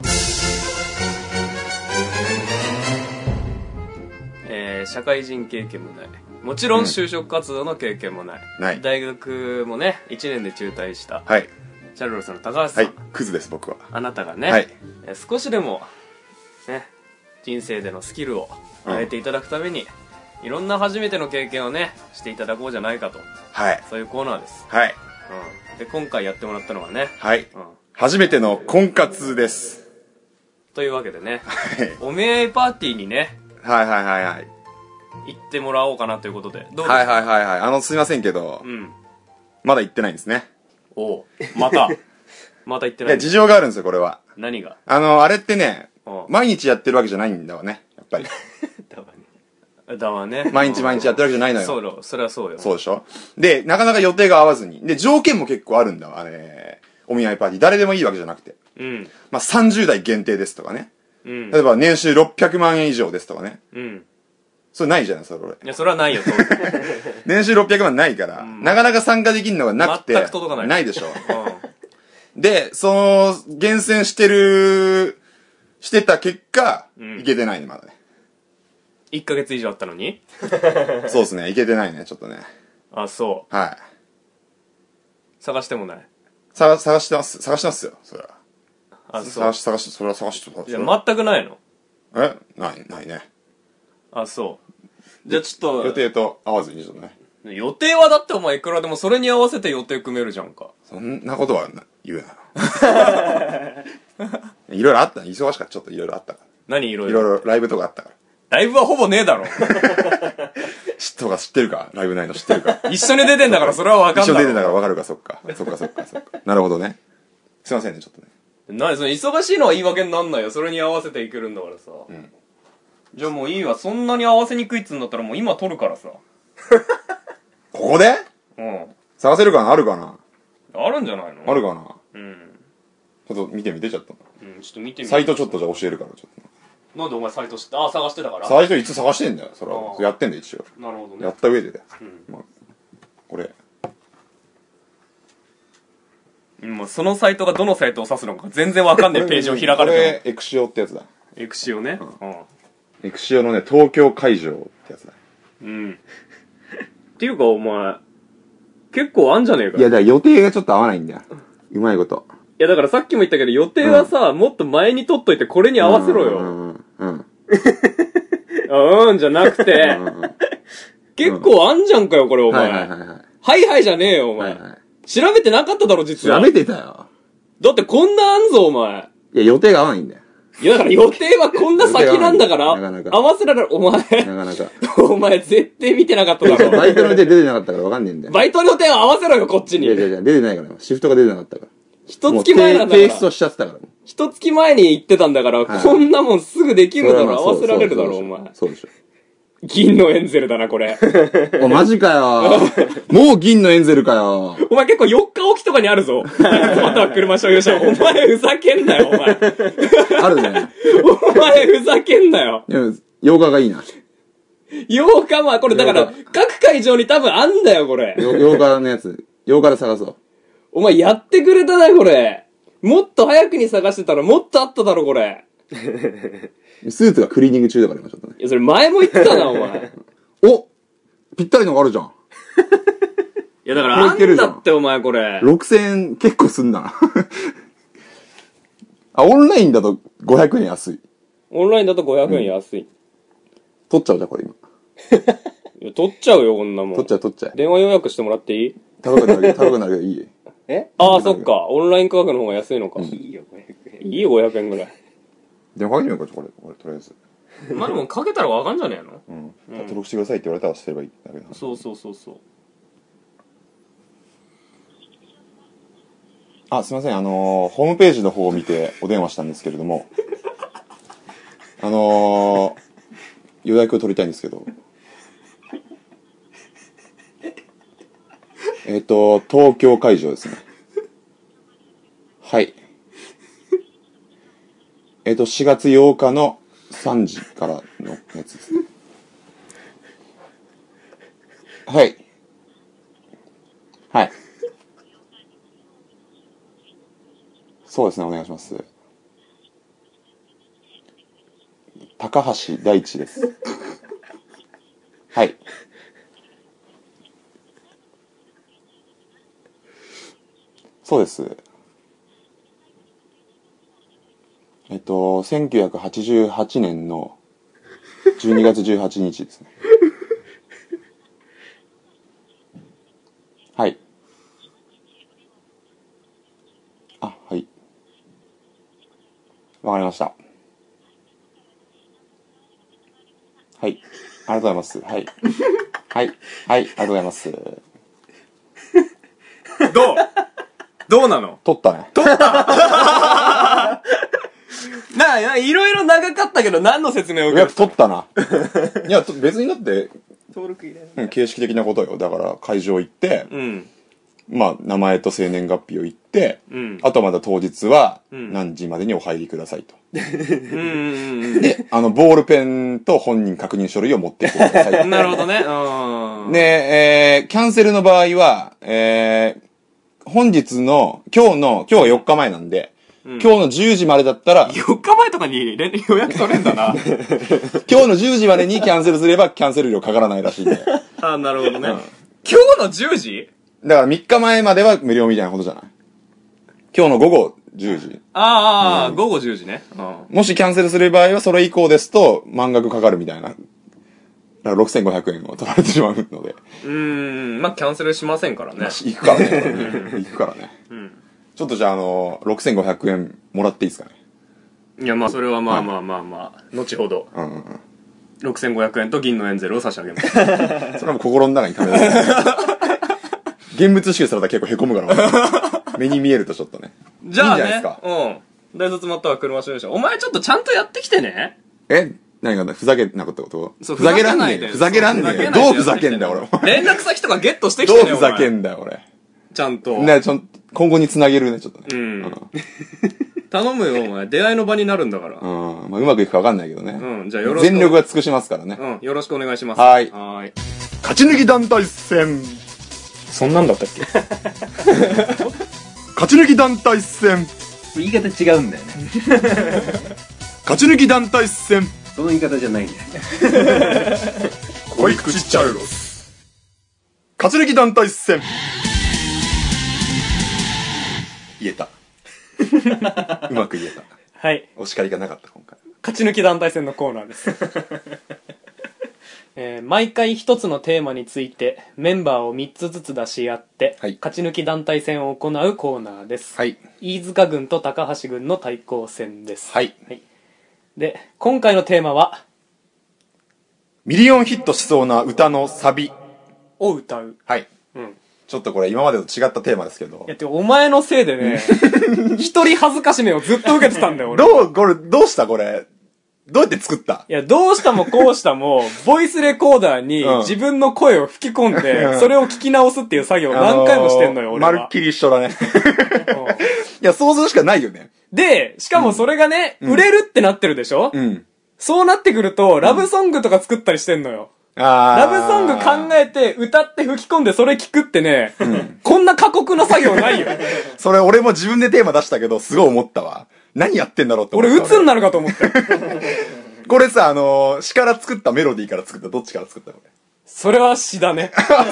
[SPEAKER 1] えー、社会人経験もない。もちろん就職活動の経験もない。
[SPEAKER 2] ない
[SPEAKER 1] 大学もね、1年で中退した。
[SPEAKER 2] はい
[SPEAKER 1] チャルロスの高橋さ
[SPEAKER 2] は
[SPEAKER 1] ん。
[SPEAKER 2] いクズです僕は
[SPEAKER 1] あなたがね、
[SPEAKER 2] はい
[SPEAKER 1] えー少しでも、ね、人生でのスキルを
[SPEAKER 2] うん
[SPEAKER 1] 上げていただくために、いろんな初めての経験をね、していただこうじゃないかと。
[SPEAKER 2] はい
[SPEAKER 1] そういうコーナーです。
[SPEAKER 2] はい
[SPEAKER 1] うん。で、今回やってもらったのはね、
[SPEAKER 2] はい
[SPEAKER 1] うん。
[SPEAKER 2] 初めての婚活です
[SPEAKER 1] というわけで
[SPEAKER 2] [laughs]
[SPEAKER 1] ね、
[SPEAKER 2] はい
[SPEAKER 1] お見合いパーティーにね、
[SPEAKER 2] はいはいはいはい
[SPEAKER 1] 行ってもらおうかなということで。どうですか、
[SPEAKER 2] はいはいはいはいあのすいませんけど
[SPEAKER 1] うん。
[SPEAKER 2] まだ行ってないんですね
[SPEAKER 1] おうま
[SPEAKER 2] [laughs]
[SPEAKER 1] た。また行って
[SPEAKER 2] い
[SPEAKER 1] な
[SPEAKER 2] や
[SPEAKER 1] い。
[SPEAKER 2] 事情があるんですよこれは
[SPEAKER 1] 何が
[SPEAKER 2] あのあれってね
[SPEAKER 1] うん
[SPEAKER 2] 毎日やってるわけじゃないんだわねやっぱり
[SPEAKER 1] だわね。だわね。
[SPEAKER 2] 毎日毎日やってるわけじゃないのよ
[SPEAKER 1] そうだ、それはそうよ。
[SPEAKER 2] そうでしょで、なかなか予定が合わずに。で、条件も結構あるんだわ、あれ。お見合いパーティー。誰でもいいわけじゃなくて。
[SPEAKER 1] うん。
[SPEAKER 2] まあ、30代限定ですとかね。
[SPEAKER 1] うん
[SPEAKER 2] 例。えば、年収600万円以上ですとかね。
[SPEAKER 1] うん。
[SPEAKER 2] それないじゃないですか、俺。
[SPEAKER 1] いや、それはないよ、当然
[SPEAKER 2] [laughs] 年収600万ないから、
[SPEAKER 1] ん
[SPEAKER 2] なかなか参加できるのがなくて。
[SPEAKER 1] 全く届かない
[SPEAKER 2] ないでしょ。
[SPEAKER 1] うん。
[SPEAKER 2] で、その、厳選してる、してた結果、
[SPEAKER 1] うん
[SPEAKER 2] いけてないね、まだね。
[SPEAKER 1] 1ヶ月以上あったのに
[SPEAKER 2] そうですね、いけてないね、ちょっとね。
[SPEAKER 1] あ、そ
[SPEAKER 2] はい。
[SPEAKER 1] う。探してもない。
[SPEAKER 2] 探、探してます、探してますよ、それは。
[SPEAKER 1] あ、そう
[SPEAKER 2] 探。し、探し、それは探して、探し
[SPEAKER 1] じゃ
[SPEAKER 2] て。
[SPEAKER 1] あ、全くないの
[SPEAKER 2] えない、ないね。
[SPEAKER 1] あ、そう。じゃあ、ちょっと。
[SPEAKER 2] [laughs] 予。定と合わずにちょっとね。
[SPEAKER 1] 予定はだってお前いくらでもそれに合わせて予定組めるじゃんか。
[SPEAKER 2] そんなことはな
[SPEAKER 1] [laughs]
[SPEAKER 2] 言うなよ。いろいろあった、忙しかった、ちょっといろいろあったか
[SPEAKER 1] 何いろ
[SPEAKER 2] ら。
[SPEAKER 1] い
[SPEAKER 2] いろい
[SPEAKER 1] ろ。
[SPEAKER 2] ろライブとかあったから。
[SPEAKER 1] ライブはほぼねえだろ。
[SPEAKER 2] 知っとか知ってるかライブ内の知ってるか
[SPEAKER 1] 一緒に出てんだからそれはわかん
[SPEAKER 2] 一緒
[SPEAKER 1] な
[SPEAKER 2] 出
[SPEAKER 1] い。
[SPEAKER 2] てたから分かるか、そっか。そっかそっかそっか。なるほどね。すいませんね、ちょっとね。
[SPEAKER 1] なにその忙しいのは言い訳になんないよ。それに合わせていけるんだからさ。じゃあもういいわ。そんなに合わせにくいっつうんだったらもう今取るからさ。
[SPEAKER 2] ここで
[SPEAKER 1] うん。
[SPEAKER 2] 探せるかなあるかな
[SPEAKER 1] あるんじゃないの
[SPEAKER 2] あるかな
[SPEAKER 1] うん。
[SPEAKER 2] ちょっと見てみてちゃった
[SPEAKER 1] うん、ちょっと見てみ
[SPEAKER 2] サイトちょっとじゃあ教えるから、ちょっ
[SPEAKER 1] なんでお前サイト知って、あ、探してたから。
[SPEAKER 2] と。サイトいつ探してんだよ、それは
[SPEAKER 1] あ。あ
[SPEAKER 2] やってんだよ、一応。
[SPEAKER 1] なるほど
[SPEAKER 2] や
[SPEAKER 1] ね
[SPEAKER 2] っ。た上でだよ。
[SPEAKER 1] ん
[SPEAKER 2] まあ、これ。
[SPEAKER 1] もうそのサイトがどのサイトを指すのか全然わかんないページを開かれ
[SPEAKER 2] これ、エクシオってやつだ。
[SPEAKER 1] ても。エクシオね。
[SPEAKER 2] エクシオのね、東京会場ってやつだ。
[SPEAKER 1] うん。うん。っていうかお前、結構あんじゃねえか
[SPEAKER 2] いや、だから予定がちょっと合わないんだよ。うまいこと。
[SPEAKER 1] いやだからさっきも言ったけど予定はさ、もっと前に取っといてこれに合わせろ
[SPEAKER 2] う
[SPEAKER 1] よ。
[SPEAKER 2] んうんうん。
[SPEAKER 1] [laughs] あうんじゃなくて
[SPEAKER 2] うん、うんうん。
[SPEAKER 1] 結構あんじゃんかよこれお
[SPEAKER 2] は
[SPEAKER 1] 前。
[SPEAKER 2] いはい
[SPEAKER 1] は
[SPEAKER 2] はいいはい。
[SPEAKER 1] はいじゃねえよお
[SPEAKER 2] はい
[SPEAKER 1] 前。
[SPEAKER 2] はい。
[SPEAKER 1] 調べてなかっただろ実
[SPEAKER 2] 調
[SPEAKER 1] は。
[SPEAKER 2] べてたよ。
[SPEAKER 1] だってこんなあんぞお前。
[SPEAKER 2] いや、予定が合わないんだよ。
[SPEAKER 1] いやだから予定はこんな先なんだから、
[SPEAKER 2] 予定はなかなか
[SPEAKER 1] 合わせられる、お前、
[SPEAKER 2] な
[SPEAKER 1] [laughs]
[SPEAKER 2] かなか。
[SPEAKER 1] お前絶対見てなかっただろ。
[SPEAKER 2] バイトの予定出てなかったから分かんねえんだよ。
[SPEAKER 1] バイトの予定は合わせろよこっち
[SPEAKER 2] いやいや
[SPEAKER 1] に。
[SPEAKER 2] いや、出てないから、シフトが出てなかったから。
[SPEAKER 1] 一月前なんだ
[SPEAKER 2] も
[SPEAKER 1] か
[SPEAKER 2] う提提出
[SPEAKER 1] ら。
[SPEAKER 2] をしちゃってたから。
[SPEAKER 1] 一月前に行ってたんだから、
[SPEAKER 2] はい
[SPEAKER 1] こんなもんすぐできるだ
[SPEAKER 2] まあ
[SPEAKER 1] ろ、合わせられるだろ、お前。
[SPEAKER 2] そうでしょ。
[SPEAKER 1] 銀のエンゼルだな、これ。
[SPEAKER 2] お、マジ
[SPEAKER 1] [laughs]
[SPEAKER 2] かよ。もう銀のエンゼルかよ。
[SPEAKER 1] お前結構4日起きとかにあるぞ。または車所有者。お前ふざけんなよ、お前。
[SPEAKER 2] あるね。
[SPEAKER 1] お前ふざけんなよ。
[SPEAKER 2] でも、8日がいいな。
[SPEAKER 1] 8日は、これだから、各会場に多分あんだよ、これ。
[SPEAKER 2] よ8日のやつ、8日で探そう。
[SPEAKER 1] お前やってくれたな、これ。もっと早くに探してたらもっとあっただろ、これ。
[SPEAKER 2] スーツがクリーニング中だから今ちょっとね。
[SPEAKER 1] いや、それ前も言ってたな、お前。
[SPEAKER 2] おぴったりのがあるじゃ
[SPEAKER 1] [laughs]
[SPEAKER 2] ん。
[SPEAKER 1] いや、だから
[SPEAKER 2] これ
[SPEAKER 1] あ
[SPEAKER 2] いけ
[SPEAKER 1] ん
[SPEAKER 2] るじ
[SPEAKER 1] だ
[SPEAKER 2] ゃん
[SPEAKER 1] って、お前これ。
[SPEAKER 2] 6000円結構すんな。 [laughs] あ、オンラインだと500円安い。
[SPEAKER 1] オンラインだと500円安い。
[SPEAKER 2] 取っちゃうじゃん、これ今。
[SPEAKER 1] いや、取っちゃうよ、こんなも
[SPEAKER 2] 取
[SPEAKER 1] ん
[SPEAKER 2] っち。ゃう、取っちゃう。
[SPEAKER 1] 電話予約してもらっていい
[SPEAKER 2] 高くなるけど、高くなるけどいい。
[SPEAKER 3] え
[SPEAKER 1] ああ、そっか。オンライン価格の方が安いのか。い
[SPEAKER 3] いいよ、500円。
[SPEAKER 1] いよ、500円ぐらい。
[SPEAKER 2] でも書いてみようか、これ、これ、とりあえず。
[SPEAKER 1] まあでもかけたらわかんじゃねえの
[SPEAKER 2] うん。登録してくださいって言われたらすればいいだけど。
[SPEAKER 1] そうそうそうそう。
[SPEAKER 2] あ、すいません、あのーホームページの方を見てお電話したんですけれども、あのー予約を取りたいんですけど、えっ、と、東京会場ですね。はい。えっ、と、4月8日の3時からのやつですね。はい。はい。そうですね、お願いします。高橋大地です。はい。そうです。えっと、1988年の12月18日ですね。はい。あ、はい。わかりました。はい。ありがとうございます。はい。はい。はい。ありがとうございます。
[SPEAKER 4] [laughs]
[SPEAKER 1] どうどうなの
[SPEAKER 2] 取ったね。
[SPEAKER 1] なあ、いろいろ長かったけど何の説明を
[SPEAKER 2] い
[SPEAKER 1] 受
[SPEAKER 2] や、
[SPEAKER 1] け
[SPEAKER 2] 取ったな。 [laughs] いや、と別にだって、
[SPEAKER 3] 登録いらない。
[SPEAKER 2] うん形式的なことよ。だから、会場行って、
[SPEAKER 1] うん。
[SPEAKER 2] まあ、名前と生年月日を言って、
[SPEAKER 4] うん。
[SPEAKER 2] あとはまだ当日は、
[SPEAKER 4] うん
[SPEAKER 2] 何時までにお入りくださいと。
[SPEAKER 4] うんうんうん
[SPEAKER 2] で、あの、ボールペンと本人確認書類を持ってきてくださ [laughs]
[SPEAKER 4] う
[SPEAKER 2] い。
[SPEAKER 4] ん。なるほど [laughs] ね。うん。
[SPEAKER 2] で、えー、キャンセルの場合は、えー、本日の、今日の、今日は4日前なんで、
[SPEAKER 4] う
[SPEAKER 2] 今
[SPEAKER 4] ん
[SPEAKER 2] 日の10時までだったら、
[SPEAKER 4] 4日前とかに連予約取れんだ [laughs] な。
[SPEAKER 2] 今日の10時までにキャンセルすればキャンセル料かからないらしいん
[SPEAKER 4] [laughs]
[SPEAKER 2] で。だか
[SPEAKER 4] あ、なるほどね。
[SPEAKER 2] うん
[SPEAKER 4] 今日の10時
[SPEAKER 2] ら3日前までは無料みたいなことじゃない今日の午後10時。
[SPEAKER 4] ああ、午後10時ね。うん。
[SPEAKER 2] もしキャンセルする場合はそれ以降ですと満額かかるみたいな。だから6500円を取られてしまうので。
[SPEAKER 4] うーん、まあ、キャンセルしませんからね。
[SPEAKER 2] 行くからね。
[SPEAKER 4] [laughs]
[SPEAKER 2] 行くからね。
[SPEAKER 4] うん。
[SPEAKER 2] ちょっとじゃああの、6500円もらっていいですかね。
[SPEAKER 4] いや、まあ、それはまあまあまあまあ、後ほど、
[SPEAKER 2] うんうん
[SPEAKER 4] 6500円と銀のエンゼルを差し上げます。
[SPEAKER 2] うん。それはもう心の中に溜め出す。現物支給されたら結構凹むから俺目に見えるとちょっとね。
[SPEAKER 4] じゃあ
[SPEAKER 2] いいんじゃない
[SPEAKER 4] ね
[SPEAKER 2] ですか、
[SPEAKER 4] うん。大卒または車収入者。お前ちょっとちゃんとやってきてね。
[SPEAKER 2] え何がふざけんなことってこと
[SPEAKER 4] そう
[SPEAKER 2] ふざけらんねえよふ
[SPEAKER 4] ふ
[SPEAKER 2] ざ
[SPEAKER 4] ざ
[SPEAKER 2] け
[SPEAKER 4] け
[SPEAKER 2] ら
[SPEAKER 4] なん
[SPEAKER 2] ね
[SPEAKER 4] いで
[SPEAKER 2] えよ
[SPEAKER 4] そう
[SPEAKER 2] どうふざ
[SPEAKER 4] ふざ
[SPEAKER 2] け
[SPEAKER 4] け
[SPEAKER 2] ん
[SPEAKER 4] ん
[SPEAKER 2] だ
[SPEAKER 4] な
[SPEAKER 2] よ
[SPEAKER 4] い
[SPEAKER 2] 俺も
[SPEAKER 4] 連絡先とかゲットしてき
[SPEAKER 2] どう
[SPEAKER 4] てね。
[SPEAKER 2] ふざけ
[SPEAKER 4] お前
[SPEAKER 2] んだよ俺
[SPEAKER 4] ちゃんと。
[SPEAKER 2] ねちょ今後につなげるねちょっとね
[SPEAKER 4] うん頼むよ、お前。出会いの場になるんだから。
[SPEAKER 2] うん、まあ、うまくいくか分かんないけどね、
[SPEAKER 4] うんじゃあよろしく
[SPEAKER 2] 全力は尽くしますからね、
[SPEAKER 4] うん、よろしくお願いします。
[SPEAKER 2] はい
[SPEAKER 4] はーい。
[SPEAKER 2] 勝ち抜き団体戦
[SPEAKER 3] そんなんだったっけ
[SPEAKER 2] 勝ち抜き団体戦
[SPEAKER 3] 言い方違うんだよね
[SPEAKER 2] 勝ち抜き団体戦
[SPEAKER 3] その言い方じゃないんだよね
[SPEAKER 2] 恋口チャルロス勝ち抜き団体戦言え [laughs] たうまく言えた
[SPEAKER 4] はい。
[SPEAKER 2] お叱りがなかった今回
[SPEAKER 4] 勝ち抜き団体戦のコーナ
[SPEAKER 2] [laughs]
[SPEAKER 4] ーです。えー毎回一つのテーマについてメンバーを3つずつ出し合って、
[SPEAKER 2] はい
[SPEAKER 4] 勝ち抜き団体戦を行うコーナーです、
[SPEAKER 2] はい
[SPEAKER 4] 飯塚軍と高橋軍の対抗戦です、
[SPEAKER 2] はい
[SPEAKER 4] で今回のテーマは
[SPEAKER 2] ミリオンヒットしそうな歌のサビ
[SPEAKER 4] 「を歌う
[SPEAKER 2] はい」
[SPEAKER 4] うん
[SPEAKER 2] ちょっとこれ今までと違ったテーマですけど
[SPEAKER 4] いやってお前のせい
[SPEAKER 2] [laughs]
[SPEAKER 4] でね一人恥ずかしめをずっと受けてたんだよ俺
[SPEAKER 2] どう、これ、どうしたこれ。どうやって作った
[SPEAKER 4] いや、どうしたもこうしたも、ボイスレコーダーに
[SPEAKER 2] うん
[SPEAKER 4] 自分の声を吹き込んで、
[SPEAKER 2] うん
[SPEAKER 4] それを聞き直すっていう作業を何回もしてんのよ、
[SPEAKER 2] あ
[SPEAKER 4] 俺は。
[SPEAKER 2] まるっきり一緒だね。
[SPEAKER 4] うん
[SPEAKER 2] いや、想像しかないよね。
[SPEAKER 4] で、しかもそれがね、売れるってなってるでしょ、
[SPEAKER 2] うん。
[SPEAKER 4] そうなってくると、ラブソングとか作ったりしてんのよ。
[SPEAKER 2] あ
[SPEAKER 4] ラブソング考
[SPEAKER 2] え。
[SPEAKER 4] えて、歌って吹き込んでそれ聞くってね、 [laughs] こんな過酷な作
[SPEAKER 2] [laughs]
[SPEAKER 4] 業ないよ。
[SPEAKER 2] それ俺も自分でテーマ出したけど、すごい思ったわ。何やってんだろうって思
[SPEAKER 4] 俺、
[SPEAKER 2] った。
[SPEAKER 4] 鬱になるかと思ったよ。
[SPEAKER 2] 俺これさ、あのー、詩から作ったメロディーから作った、どっちから作ったこれ。
[SPEAKER 4] それは詩だね。
[SPEAKER 2] あ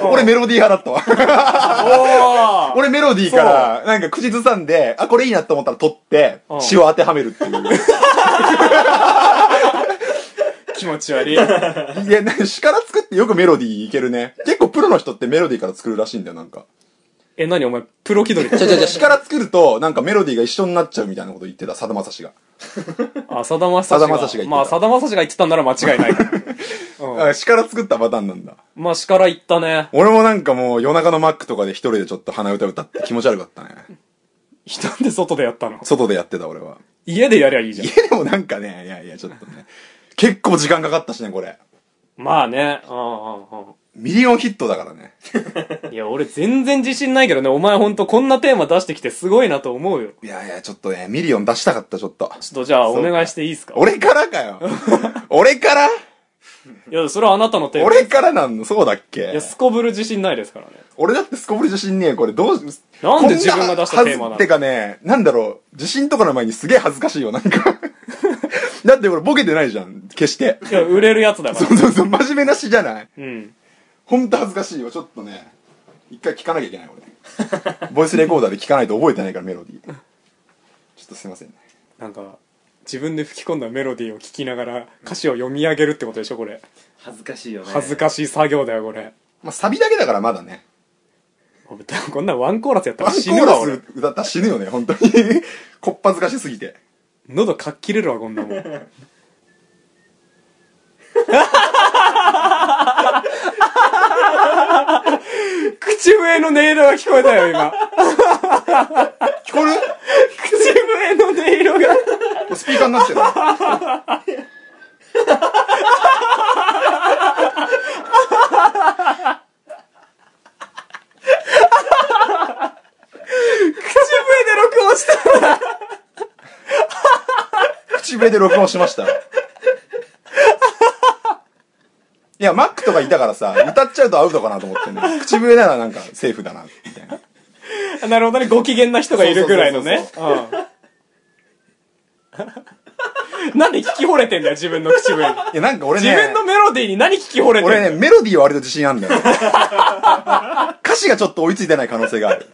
[SPEAKER 2] そう。俺メロディー派だったわ。
[SPEAKER 4] おー
[SPEAKER 2] 俺メロディーから、なんか口ずさんで、あ、これいいなと思ったら取って
[SPEAKER 4] う、ん
[SPEAKER 2] 詩を当てはめるっていう。
[SPEAKER 4] [laughs] 気持ち悪い。
[SPEAKER 2] いや、なんか詩から作ってよくメロディーいけるね。結構プロの人ってメロディーから作るらしいんだよ、なんか。
[SPEAKER 4] え、何お前、プロ気取り
[SPEAKER 2] じゃじゃじゃ、詩から作ると、なんかメロディーが一緒になっちゃうみたいなこと言ってた、さだまさしが。
[SPEAKER 4] あ、さだまさし
[SPEAKER 2] さ
[SPEAKER 4] が。
[SPEAKER 2] だまさしが言ってた
[SPEAKER 4] まあ、さだまさしが言ってたんなら間違
[SPEAKER 2] [laughs]
[SPEAKER 4] いない。うん
[SPEAKER 2] あ詩から作ったパターンなんだ。
[SPEAKER 4] まあ、詩から言ったね。
[SPEAKER 2] 俺もなんかもう夜中のマックとかで一人でちょっと鼻歌歌って気持ち悪かったね。
[SPEAKER 4] 一人で外でやったの。
[SPEAKER 2] 外でやってた俺は。
[SPEAKER 4] 家でやりゃいいじゃん。
[SPEAKER 2] 家でもなんかね、いやいや、ちょっとね。結構時間かかったしね、これ。
[SPEAKER 4] まあね。うんうんうん。
[SPEAKER 2] ミリオンヒットだからね。
[SPEAKER 4] いや、俺全然自信ないけどね、お前ほんとこんなテーマ出してきてすごいなと思うよ。
[SPEAKER 2] いやいや、ちょっとね、ミリオン出したかった、ちょっと。
[SPEAKER 4] ちょっとじゃあ
[SPEAKER 2] そ
[SPEAKER 4] お
[SPEAKER 2] うか
[SPEAKER 4] 願いしていいですか
[SPEAKER 2] 俺からか
[SPEAKER 4] [laughs]
[SPEAKER 2] よ。俺から
[SPEAKER 4] いや、それはあなたのテーマ。
[SPEAKER 2] 俺からなんのそうだっ
[SPEAKER 4] い
[SPEAKER 2] け
[SPEAKER 4] や、すこぶる自信ないです
[SPEAKER 2] [laughs]
[SPEAKER 4] からね。
[SPEAKER 2] 俺だってすこぶり自信ねえよこれどうし
[SPEAKER 4] なんで自分が出したテーマなの
[SPEAKER 2] こんはずってかねなんだろう自信とかの前にすげえ恥ずかしいよなん
[SPEAKER 4] [laughs]
[SPEAKER 2] かだって俺ボケてないじゃん決して [laughs]
[SPEAKER 4] いや、売れるやつだか
[SPEAKER 2] そ
[SPEAKER 4] ら。
[SPEAKER 2] うそうそう真面目な詩じゃない
[SPEAKER 4] うん。
[SPEAKER 2] ほんと恥ずかしいよちょっとね一回聞かなきゃいけない俺ボイスレコーダーで聞かないと覚えてないからメロディーちょっとすいませんね
[SPEAKER 4] なんか、自分で吹き込んだメロディーを聴きながら歌詞を読み上げるってことでしょ、これ。
[SPEAKER 3] 恥ずかしいよね
[SPEAKER 4] 恥ずかしい作業だよ、これ。
[SPEAKER 2] まあサビだけだからまだね
[SPEAKER 4] お前こんなんワンコーラスやった
[SPEAKER 2] ワ
[SPEAKER 4] ら
[SPEAKER 2] ンコ
[SPEAKER 4] 死ぬ
[SPEAKER 2] ー
[SPEAKER 4] わ、
[SPEAKER 2] ラ
[SPEAKER 4] 俺
[SPEAKER 2] ス。歌ったら死ぬよね本当にこっぱずかしすぎて
[SPEAKER 4] 喉かっきれるわ、こんなもん。口笛の音色が聞こえたよ、今。
[SPEAKER 2] 聞こえる
[SPEAKER 4] 口笛の音色が。
[SPEAKER 2] これスピーカーになってる
[SPEAKER 4] した
[SPEAKER 2] 口笛で録音しました。いや、マックとかいたからさ、歌っちゃうとアウトかなと思ってんだよ口笛ならなんかセーフだな、みたいな。
[SPEAKER 4] あなるほどね。ご機嫌な人がいるぐらいのね。うんなんで聞き惚れてんだよ、自分の口笛に。
[SPEAKER 2] いや、なんか俺ね、
[SPEAKER 4] 自分のメロディーに何聞き惚れてんだ
[SPEAKER 2] [laughs] 俺
[SPEAKER 4] よ。
[SPEAKER 2] ね、メロディーは割と自信あるんだよ。 [laughs] 歌詞がちょっと追いついてない可能性がある。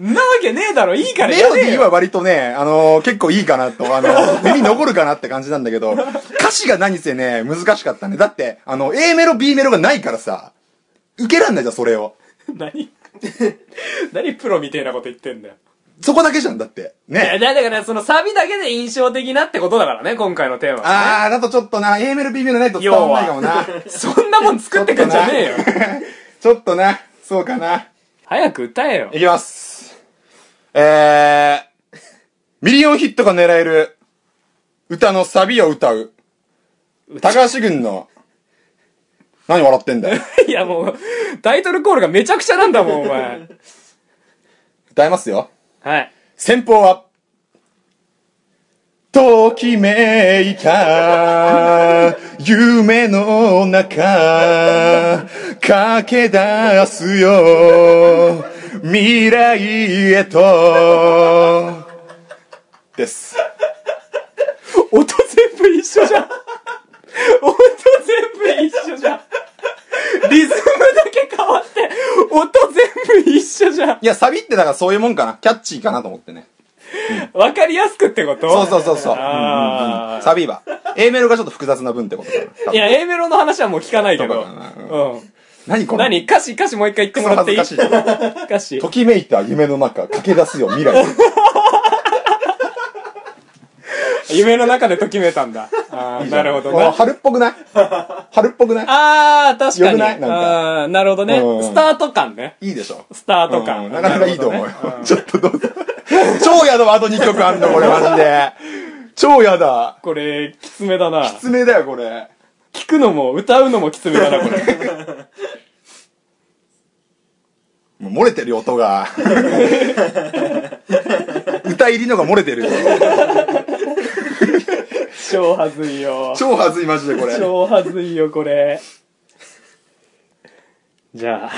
[SPEAKER 4] んなわけねえだろ、いいから
[SPEAKER 2] メ
[SPEAKER 4] や
[SPEAKER 2] ロ
[SPEAKER 4] れ
[SPEAKER 2] ディー
[SPEAKER 4] よ。
[SPEAKER 2] は割とね、あのー結構いいかなと、あの
[SPEAKER 4] [laughs]
[SPEAKER 2] ー耳残るかなって感じなんだけど、歌詞が何せね、難しかったね。だって、あの、A メロ、B メロがないからさ、受けらんないじゃん、それを。
[SPEAKER 4] 何何プロみてえなこと言ってんだよ。
[SPEAKER 2] そこだけじゃん、だって。
[SPEAKER 4] [laughs] いや、
[SPEAKER 2] ね。
[SPEAKER 4] だからそのサビだけで印象的なってことだからね、今回のテーマはね。
[SPEAKER 2] あー、だとちょっとな、A メロ、B メロないと伝わんないかもな。
[SPEAKER 4] そ [laughs] んなもん作ってくんじゃねえよ。
[SPEAKER 2] [laughs] ちょっとな、そうかな。
[SPEAKER 4] 早く歌えよ [laughs]
[SPEAKER 2] い。きます。えー、ミリオンヒットが狙える歌のサビを歌う、高橋軍の、何笑ってんだよ。
[SPEAKER 4] いや、もう、タイトルコールがめちゃくちゃなんだもん、お前。
[SPEAKER 2] 歌いますよ。
[SPEAKER 4] はい。
[SPEAKER 2] 先方は、ときめいた夢の中駆け出すよ未来へとです。
[SPEAKER 4] 音全部一緒じ [laughs] ゃん。音全部一緒じゃん。リズムだけ変わって、音全部一緒じゃん。
[SPEAKER 2] いや、サビってだからそういうもんかな。キャッチーかなと思ってね。
[SPEAKER 4] わかりやすくってこと
[SPEAKER 2] そうそうそうそう。うんうんう
[SPEAKER 4] あ
[SPEAKER 2] んサビは。A メロがちょっと複雑な分ってことかな多
[SPEAKER 4] ー
[SPEAKER 2] 分。
[SPEAKER 4] いや、A メロの話はもう聞かないけ
[SPEAKER 2] そ
[SPEAKER 4] ど。
[SPEAKER 2] うかな
[SPEAKER 4] うん。
[SPEAKER 2] 何この
[SPEAKER 4] [laughs] 何歌詞、歌詞もう一回言ってもらっていい
[SPEAKER 2] クソ恥ず
[SPEAKER 4] [laughs] 歌詞
[SPEAKER 2] と。きめいた夢の中駆け出すよ未
[SPEAKER 4] [laughs]
[SPEAKER 2] 来へと。
[SPEAKER 4] 夢の中でときめいたんだ。あーなるほど
[SPEAKER 2] あ
[SPEAKER 4] な。
[SPEAKER 2] 春っぽく
[SPEAKER 4] [laughs]
[SPEAKER 2] ない春っぽくない
[SPEAKER 4] あー、確か
[SPEAKER 2] よく
[SPEAKER 4] に。
[SPEAKER 2] ないなんか
[SPEAKER 4] あーなるほどね
[SPEAKER 2] う。ん
[SPEAKER 4] スタート感ね。
[SPEAKER 2] いいでしょ
[SPEAKER 4] スタート
[SPEAKER 2] う
[SPEAKER 4] 感。
[SPEAKER 2] んなかなかいいと思うよ
[SPEAKER 4] なる。
[SPEAKER 2] [laughs] ちょっとどうぞ。超やだわ、あと2曲あんの、これマジで。超やだ。
[SPEAKER 4] ほどね。これ、きつめだな。
[SPEAKER 2] 爪だよ、これ。
[SPEAKER 4] 聞くのも歌うのもきつめだな、
[SPEAKER 2] [laughs]
[SPEAKER 4] これ。
[SPEAKER 2] もう漏れてるよ、音が。
[SPEAKER 4] [laughs]
[SPEAKER 2] 歌入りのが漏れてるよ。
[SPEAKER 4] 超はずいよ。
[SPEAKER 2] 超はずい、マジでこれ。
[SPEAKER 4] 超はずいよ、これ。じゃあ、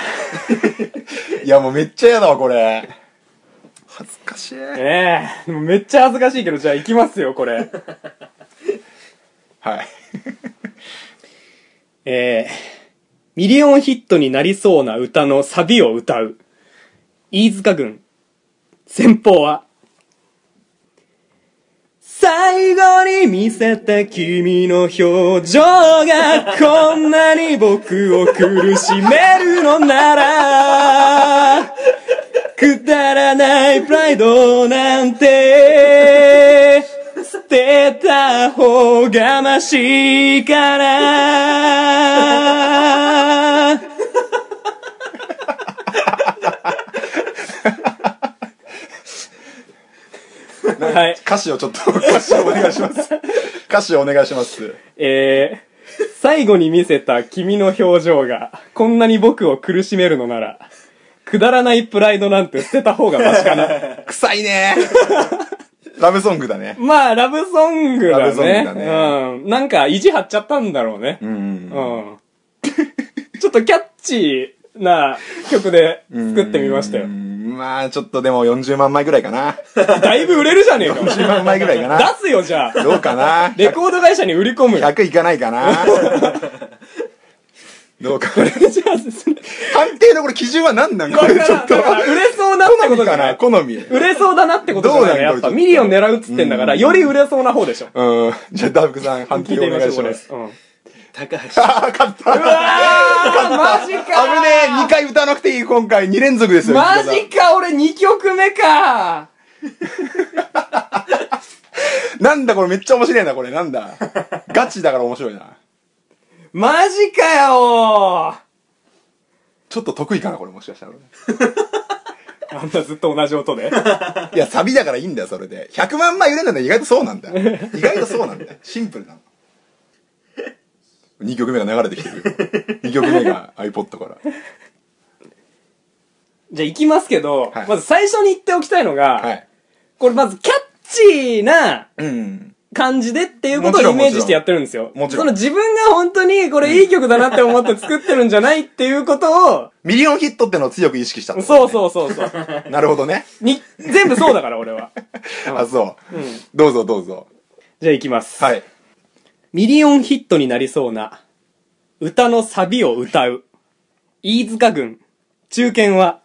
[SPEAKER 2] いや、もうめっちゃやだわ、これ。恥ずかしい。
[SPEAKER 4] ええでもめっちゃ恥ずかしいけど、じゃあ行きますよ、これ。
[SPEAKER 2] はい。
[SPEAKER 4] えー、ミリオンヒットになりそうな歌のサビを歌う。飯塚軍。先方は。最後に見せた君の表情がこんなに僕を苦しめるのなら、くだらないプライドなんて、捨てた方がましいから。はい。
[SPEAKER 2] 歌詞をちょっと、歌詞をお願いします。歌詞をお願いします。
[SPEAKER 4] えー、最後に見せた君の表情が、こんなに僕を苦しめるのなら、くだらないプライドなんて捨てた方がマシかな。
[SPEAKER 2] 臭いね。ラブソングだね。
[SPEAKER 4] [laughs] まあ、ラブソングだね。
[SPEAKER 2] ラブソングだね
[SPEAKER 4] うん。なんか、意地張っちゃったんだろうね。
[SPEAKER 2] うんうん。
[SPEAKER 4] うん。 [laughs] ちょっとキャッチーな曲で作ってみましたよ
[SPEAKER 2] うー。んまあ、ちょっとでも40万枚ぐらいかな。
[SPEAKER 4] だいぶ売れるじゃねえか。
[SPEAKER 2] 40万枚ぐらいかな。
[SPEAKER 4] 出すよ、じゃあ。
[SPEAKER 2] どうかな
[SPEAKER 4] レコード会社に売り込むよ。
[SPEAKER 2] 100いかないかなどうかな
[SPEAKER 4] [laughs] じゃあ、それ
[SPEAKER 2] 判定のこれ基準は何なんこ
[SPEAKER 4] だ
[SPEAKER 2] れ
[SPEAKER 4] から
[SPEAKER 2] ちょっと。
[SPEAKER 4] だから売れそうなって
[SPEAKER 2] 好
[SPEAKER 4] こ
[SPEAKER 2] み
[SPEAKER 4] とじ
[SPEAKER 2] か
[SPEAKER 4] ゃな
[SPEAKER 2] ない好み。う
[SPEAKER 4] 売れそうだなってことじゃない
[SPEAKER 2] どうな
[SPEAKER 4] の
[SPEAKER 2] ん
[SPEAKER 4] やっ
[SPEAKER 2] これちょ
[SPEAKER 4] ぱ
[SPEAKER 2] っと
[SPEAKER 4] ミリオン狙うっつってんだから、より売れそうな方でしょ。
[SPEAKER 2] ん。じゃあ、ダークさん判
[SPEAKER 4] 聞
[SPEAKER 2] 定
[SPEAKER 4] いて
[SPEAKER 2] お
[SPEAKER 4] みま
[SPEAKER 2] 願い
[SPEAKER 4] しょ
[SPEAKER 2] し
[SPEAKER 4] う、これ。
[SPEAKER 2] ま
[SPEAKER 4] うん
[SPEAKER 2] す。。
[SPEAKER 5] 高橋。
[SPEAKER 2] ああ、勝った。危ね
[SPEAKER 4] あー、マジ
[SPEAKER 2] え
[SPEAKER 4] か
[SPEAKER 2] !2 回歌わなくていい今回。2連続ですよ。
[SPEAKER 4] マジか、俺2曲目か
[SPEAKER 2] なんだこれめっちゃ面白いな、これ。なんだ。ガチだから面白いな。
[SPEAKER 4] マジかよ
[SPEAKER 2] ちょっと得意かな、これもしかしたら。
[SPEAKER 4] あんなずっと同 [laughs] じ音で。
[SPEAKER 2] いや、サビだからいいんだよ、それで。100万枚売れるんだ意外とそうなんだ。意外とそうなんだ。シンプルなの。2曲目が流れてきてるよ。2曲目が iPod から。
[SPEAKER 4] じゃあ行きますけど、
[SPEAKER 2] はい
[SPEAKER 4] まず最初に言っておきたいのが、
[SPEAKER 2] はい。
[SPEAKER 4] これまずキャッチーな
[SPEAKER 2] うん。
[SPEAKER 4] 感じでっていうことをイメージしてやってるんですよ。
[SPEAKER 2] もちろんもちろん
[SPEAKER 4] その自分が本当にこれいい曲だなって思って作ってるんじゃないっていうこと [laughs] を、
[SPEAKER 2] ミリオンヒットってのを強く意識したってことね、
[SPEAKER 4] そうそうそうそう。
[SPEAKER 2] う。なるほどね。
[SPEAKER 4] に、全部そうだから俺は。
[SPEAKER 2] あ、そう。
[SPEAKER 4] うん。
[SPEAKER 2] どうぞどうぞ。
[SPEAKER 4] じゃあ行きます。
[SPEAKER 2] はい。
[SPEAKER 4] ミリオンヒットになりそうな歌のサビを歌う。飯塚軍、中堅は、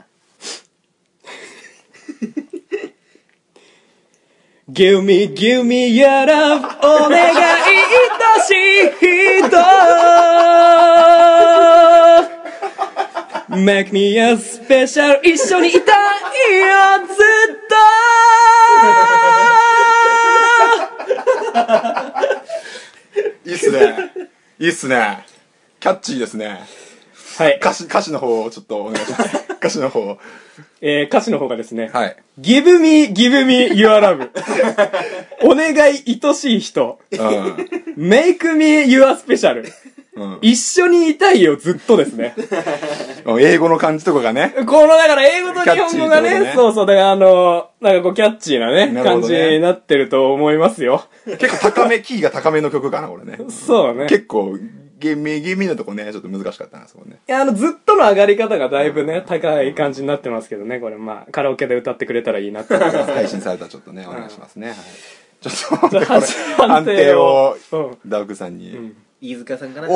[SPEAKER 4] Give me, give me your love, お願いいたしい人 Make me a special 一緒にいたいよずっと
[SPEAKER 2] いいっすね。いいっすね。キャッチーですね。
[SPEAKER 4] はい、
[SPEAKER 2] 歌詞、歌詞の方をちょっとお願いします。 [laughs] 歌詞の方を。
[SPEAKER 4] えー歌詞の方がですね、
[SPEAKER 2] はい。
[SPEAKER 4] Give me, give me your love. [laughs] お願い、愛しい人。
[SPEAKER 2] う
[SPEAKER 4] Make me your special.
[SPEAKER 2] ん。うん
[SPEAKER 4] 一緒にいたいよ、ずっとですね。
[SPEAKER 2] うん。英語の感じとかがね。
[SPEAKER 4] この、だから英語と日本語が
[SPEAKER 2] キャッチーってこと
[SPEAKER 4] ね、
[SPEAKER 2] ね
[SPEAKER 4] そうそう、だからあの、なんかこうキャッチーなね、
[SPEAKER 2] なるほ
[SPEAKER 4] 感
[SPEAKER 2] ど
[SPEAKER 4] じ
[SPEAKER 2] ね
[SPEAKER 4] になってると思いますよ。
[SPEAKER 2] 結構高め、キーが高めの曲かな、これね。
[SPEAKER 4] そうだね。
[SPEAKER 2] 結構、ゲミゲミのとこね、ちょっと難しかったな、そこね。
[SPEAKER 4] いや、あの、ずっとの上がり方がだいぶね、高い感じになってますけどね、これまあ、カラオケで歌ってくれたらいいな
[SPEAKER 2] [laughs]
[SPEAKER 4] って思います。
[SPEAKER 2] 配信されたらちょっとね、お願いしますね。はいちょっと、こ
[SPEAKER 4] じゃあ
[SPEAKER 2] れ
[SPEAKER 4] 判
[SPEAKER 2] 判
[SPEAKER 4] 定
[SPEAKER 2] 定
[SPEAKER 4] を [laughs]
[SPEAKER 2] を
[SPEAKER 4] うん、
[SPEAKER 2] ダウクさんに。
[SPEAKER 3] 飯塚さんかな
[SPEAKER 2] お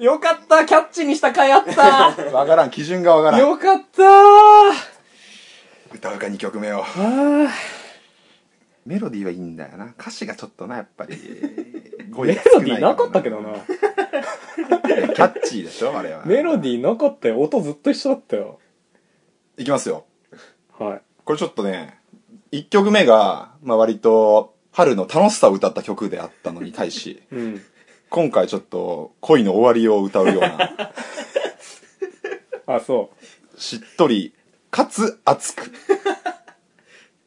[SPEAKER 2] ー
[SPEAKER 4] よかった、キャッチーにした回あった。
[SPEAKER 2] わからん、基準がわからん。
[SPEAKER 4] よかったー。
[SPEAKER 2] 歌うか2曲目を。
[SPEAKER 4] あー
[SPEAKER 2] メロディーはいいんだよな。歌詞がちょっとな、やっぱり。
[SPEAKER 4] メ
[SPEAKER 2] メ
[SPEAKER 4] ロディーなかったけどな。
[SPEAKER 2] キャッチーでしょ、あれは。
[SPEAKER 4] メロデ
[SPEAKER 2] ー。
[SPEAKER 4] ィーなかったよ。音ずっと一緒だったよ。
[SPEAKER 2] いきますよ。
[SPEAKER 4] はい。
[SPEAKER 2] これちょっとね、1曲目が、まあ割と、春の楽しさを歌った曲であったのに対し、
[SPEAKER 4] うん。
[SPEAKER 2] 今回ちょっと、恋の終わりを歌うような、
[SPEAKER 4] あ、そ
[SPEAKER 2] しっとり、かつ熱く、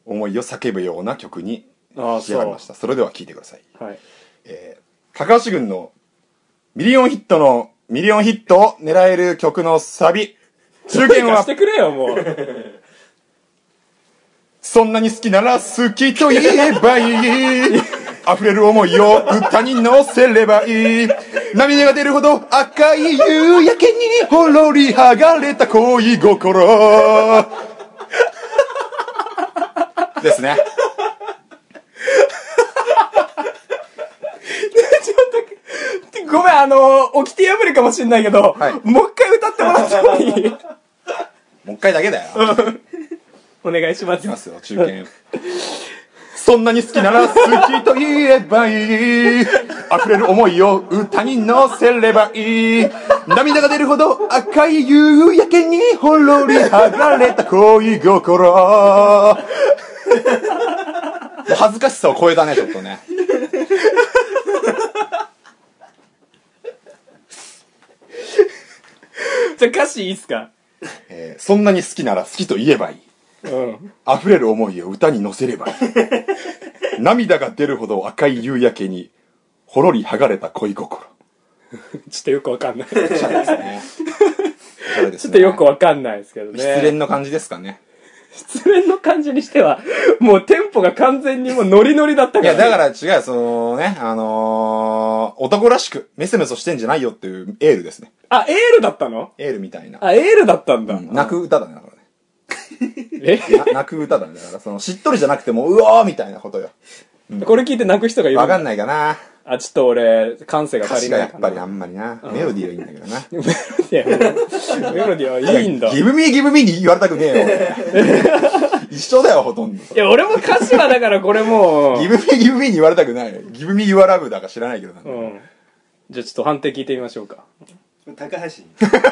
[SPEAKER 2] 思いを叫ぶような曲に
[SPEAKER 4] ああ
[SPEAKER 2] 仕上がりました。それでは聴いてください。
[SPEAKER 4] う。はい。
[SPEAKER 2] えー、高橋軍のミリオンヒットの、ミリオンヒットを狙える曲のサビ。中堅
[SPEAKER 4] どうにか
[SPEAKER 2] は
[SPEAKER 4] し、てくれよ、もう。
[SPEAKER 2] そんなに好きなら好きと言えばい [laughs] い。溢れる思いを歌に乗せればいい。涙が出るほど赤い夕焼けにほろり剥がれた恋心。ですね。
[SPEAKER 4] [laughs] ごめん、あのー、起きて破るかもしんないけど、
[SPEAKER 2] はい
[SPEAKER 4] もう一回歌ってもらってもいい
[SPEAKER 2] もう一回だけだよ。
[SPEAKER 4] [laughs] お願いします
[SPEAKER 2] いきま。すよ、中堅。 [laughs] そんなに好きなら好きと言えばいい。溢れる思いを歌に乗せればいい。涙が出るほど赤い夕焼けにほろり剥がれた恋心。もう [laughs] 恥ずかしさを超えたね、ちょっとね。
[SPEAKER 4] じゃあ歌詞いいっすか
[SPEAKER 2] えーそんなに好きなら好きと言えばいい。
[SPEAKER 4] うん。
[SPEAKER 2] 溢れる思いを歌に乗せればいい。涙が出るほど赤い夕焼けにほろり剥がれた恋心。
[SPEAKER 4] ちょっとよくわかんない。 [laughs] ち
[SPEAKER 2] おしゃれですね。おしゃれです
[SPEAKER 4] ょっ
[SPEAKER 2] ね
[SPEAKER 4] とよくわかんないですけどね。
[SPEAKER 2] 失恋の感じですかね。
[SPEAKER 4] 失恋の感じにしては、もうテンポが完全にもうノリノリだった
[SPEAKER 2] い
[SPEAKER 4] から、
[SPEAKER 2] や、だか。ら違うよ、そのね、あのー、男らしく、メソメソしてんじゃないよっていうエールですね。
[SPEAKER 4] あ、エールだったの
[SPEAKER 2] エールみたいな。
[SPEAKER 4] あ、エールだったんだ。
[SPEAKER 2] うん泣く歌だね、だからね。
[SPEAKER 4] え
[SPEAKER 2] な [laughs] 泣く歌だね。だから、その、しっとりじゃなくても、うおーみたいなことよ。
[SPEAKER 4] これ聞いて泣く人がいる
[SPEAKER 2] わか
[SPEAKER 4] い。
[SPEAKER 2] んないかな。
[SPEAKER 4] あ、ちょっと俺、感性が
[SPEAKER 2] 歌
[SPEAKER 4] 足り
[SPEAKER 2] 詞が
[SPEAKER 4] な
[SPEAKER 2] や
[SPEAKER 4] い
[SPEAKER 2] っ
[SPEAKER 4] か
[SPEAKER 2] ぱ
[SPEAKER 4] な。
[SPEAKER 2] りあんまりな。メロディーはいいんだけどな。
[SPEAKER 4] メロディーは、メロディー [laughs] はいいんだ。
[SPEAKER 2] ギブミーギブミーに言われたくねえよ。
[SPEAKER 4] [laughs]
[SPEAKER 2] 俺一緒だよ、ほとんど。
[SPEAKER 4] いや、俺も歌詞はだからこれも
[SPEAKER 2] ギ
[SPEAKER 4] う、
[SPEAKER 2] ブミーギブミーに言われたくないよ。ギブミー言わラブだか知らないけどな。
[SPEAKER 4] うん。じゃあちょっと判定聞いてみましょうか。
[SPEAKER 3] 高橋
[SPEAKER 4] え
[SPEAKER 2] ほら、勝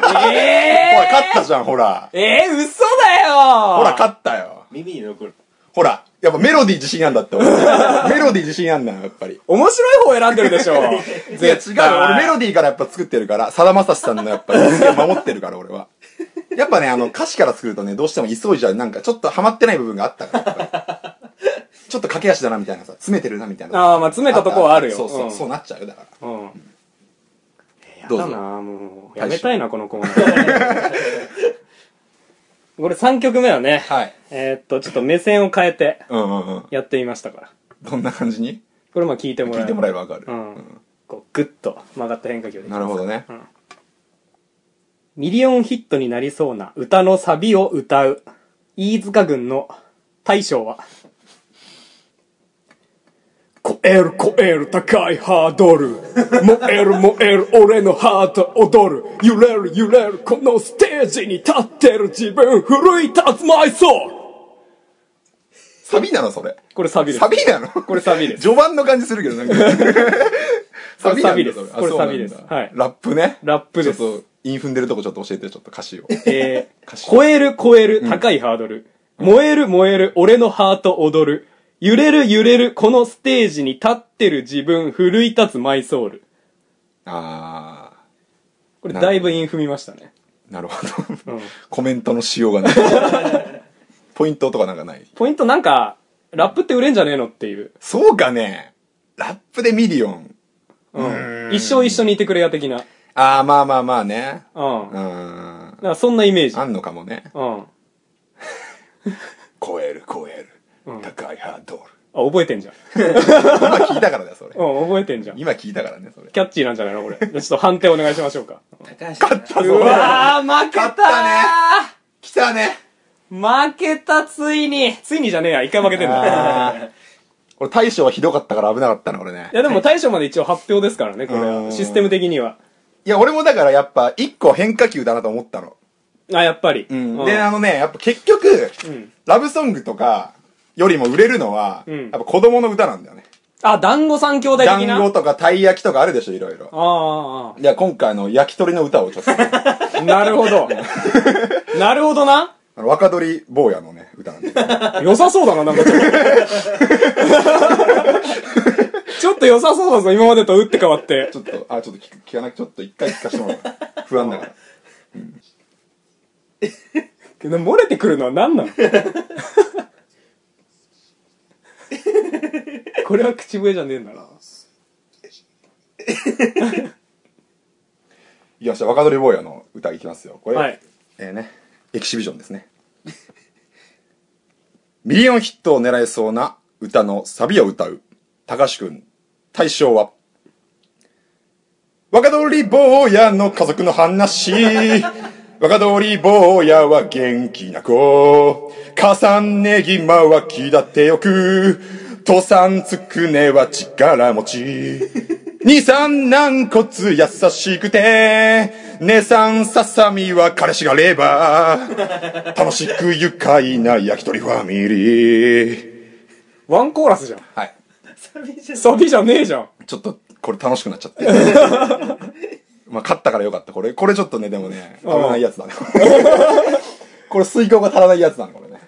[SPEAKER 2] ったじゃん、ほら。
[SPEAKER 4] ー、えー、嘘だよ
[SPEAKER 2] ほら、勝ったよ。
[SPEAKER 3] 耳に残る
[SPEAKER 2] ほら、やっぱメロディー自信あんだって
[SPEAKER 4] [laughs]
[SPEAKER 2] 俺メロディー自信あんなの、やっぱり。
[SPEAKER 4] 面白い方選んでるでし
[SPEAKER 2] [laughs]
[SPEAKER 4] ょ。
[SPEAKER 2] いや、違うよ。俺メロディーからやっぱ作ってるから、さだまさしさんのやっぱり音源守ってるから、俺は。やっぱね、あの、歌詞から作るとね、どうしても急いじゃう。なんか、ちょっとハマってない部分があったから、やっぱり。ちょっと駆け足だな、みたいなさ。詰めてるな、みたいな。
[SPEAKER 4] あーまあ詰めたとこはあるよ
[SPEAKER 2] そうそうう、
[SPEAKER 4] ん
[SPEAKER 2] そうなっちゃうよ、だから。
[SPEAKER 4] うん。
[SPEAKER 2] どう
[SPEAKER 4] やだ
[SPEAKER 2] ぞ。
[SPEAKER 4] なもう。やめたいな、このコーナー。これ3曲目はね、
[SPEAKER 2] はい。
[SPEAKER 4] えーっと、ちょっと目線を変えて
[SPEAKER 2] うんうんうん。
[SPEAKER 4] やってみましたから。
[SPEAKER 2] どんな感じに
[SPEAKER 4] これまあ聞いてもらえ
[SPEAKER 2] 聞いてもらえばわかる。
[SPEAKER 4] うん。こう、グッと曲がった変化球で。
[SPEAKER 2] なるほどね。
[SPEAKER 4] ミリオンヒットになりそうな歌のサビを歌う、飯塚軍の大将は、超える超える高いハードル燃える燃える俺のハート踊る揺れる揺れるこのステージに立ってる自分奮い立つマイソール
[SPEAKER 2] サビなのそれ。
[SPEAKER 4] これサビです。
[SPEAKER 2] サビなの
[SPEAKER 4] これサビです。
[SPEAKER 2] 序盤の感じするけど、なんか。
[SPEAKER 4] こ [laughs] れサビ
[SPEAKER 2] な
[SPEAKER 4] で
[SPEAKER 2] ん
[SPEAKER 4] す
[SPEAKER 2] だそ
[SPEAKER 4] これサビ
[SPEAKER 2] あ
[SPEAKER 4] です
[SPEAKER 2] そうなんだ
[SPEAKER 4] はい
[SPEAKER 2] ラップね。
[SPEAKER 4] ラップです
[SPEAKER 2] ちょっと、イン踏んでるとこちょっと教えて、ちょっと歌
[SPEAKER 4] [laughs]
[SPEAKER 2] 詞を。
[SPEAKER 4] え
[SPEAKER 2] 歌詞
[SPEAKER 4] ー、超える超える高いハードル。燃える燃える俺のハート踊る。揺れる揺れるこのステージに立ってる自分奮い立つマイソウル。
[SPEAKER 2] あ
[SPEAKER 4] これだいぶイン踏みましたね。
[SPEAKER 2] ー、なるほど。
[SPEAKER 4] うん。
[SPEAKER 2] コメントのしようが
[SPEAKER 4] [laughs]
[SPEAKER 2] ない。ポイントとかなんかない。
[SPEAKER 4] ポイントなんか、ラップって売れんじゃねえのっていう。
[SPEAKER 2] そうかね。ラップでミリオン。
[SPEAKER 4] うん。一生一緒にいてくれや的な。うん。
[SPEAKER 2] あー、まあまあまあね。う
[SPEAKER 4] だか
[SPEAKER 2] ーん。
[SPEAKER 4] らそんなイメージ。
[SPEAKER 2] あんのかもね。
[SPEAKER 4] うん。
[SPEAKER 2] 超える超える。高いハードル。
[SPEAKER 4] あ、覚えてんじゃん。
[SPEAKER 2] 今聞いたからだよ、それ。
[SPEAKER 4] うん、覚えてんじゃん。
[SPEAKER 2] 今聞いたからね、それ。
[SPEAKER 4] キャッチーなんじゃないのこれ。ちょっと判定お願いしましょうか。
[SPEAKER 3] 高橋勝った
[SPEAKER 4] うわー、負けた
[SPEAKER 2] 勝った来たね。
[SPEAKER 4] 負けた、ついについにじゃねえや、一回負けてんだ。
[SPEAKER 2] あー [laughs] 俺大将はひどかったから危なかったな、俺ね
[SPEAKER 4] い。やでも大将まで一応発表ですからね、これ
[SPEAKER 2] う
[SPEAKER 4] は。
[SPEAKER 2] ん
[SPEAKER 4] システム的には。
[SPEAKER 2] いや、俺もだからやっぱ、一個変化球だなと思ったの。
[SPEAKER 4] あ、やっぱり。
[SPEAKER 2] うん。
[SPEAKER 4] うん
[SPEAKER 2] で、あのね、やっぱ結局、
[SPEAKER 4] ん
[SPEAKER 2] ラブソングとかよりも売れるのは、
[SPEAKER 4] うん
[SPEAKER 2] やっぱ子供の歌なんだよね。
[SPEAKER 4] あ、団子三兄弟的な。
[SPEAKER 2] 団子とかたい焼きとかあるでしょ、いろいろ。
[SPEAKER 4] あ
[SPEAKER 2] いや、今回あの焼き鳥の歌をちょっと、 [laughs] あ
[SPEAKER 4] あああ、なるほど。 [laughs] なるほどな。
[SPEAKER 2] の若鳥坊やのね、歌なんで。
[SPEAKER 4] 良さそうだな、なんかちょっと。ちょっと良さそうだぞ、今までと打って変わって
[SPEAKER 2] ち。ょっと、あ、ちょっと聞く聞かなく、ちょっと一回聞かせてもらおう。不安だから。
[SPEAKER 4] けど漏れてくるのは何なのこれは口笛じゃねえんだな。
[SPEAKER 2] いきました、若鳥坊やの歌いきますよ。これ、
[SPEAKER 4] はい
[SPEAKER 2] えーね、エキシビジョンですね。 [laughs] ミリオンヒットを狙えそうな歌のサビを歌う、高橋くん、大賞は、若鳥坊やの家族の話。若鳥坊やは元気な子。重ねぎまは気立てよく。父さんつくねは力持ち。二三軟骨優しくて。姉さんささみは彼氏がレバー。楽しく愉快な焼き鳥ファミリー。
[SPEAKER 4] ワンコーラスじゃん。
[SPEAKER 2] はい。
[SPEAKER 3] 寂しい
[SPEAKER 4] サビじゃねえじゃん。
[SPEAKER 2] ちょっと、これ楽しくなっちゃって。 [laughs] まあ、勝ったからよかった。これ、これちょっとね、でもね、危ないやつだね。 [laughs] これ、水道が足らないやつだね、これね。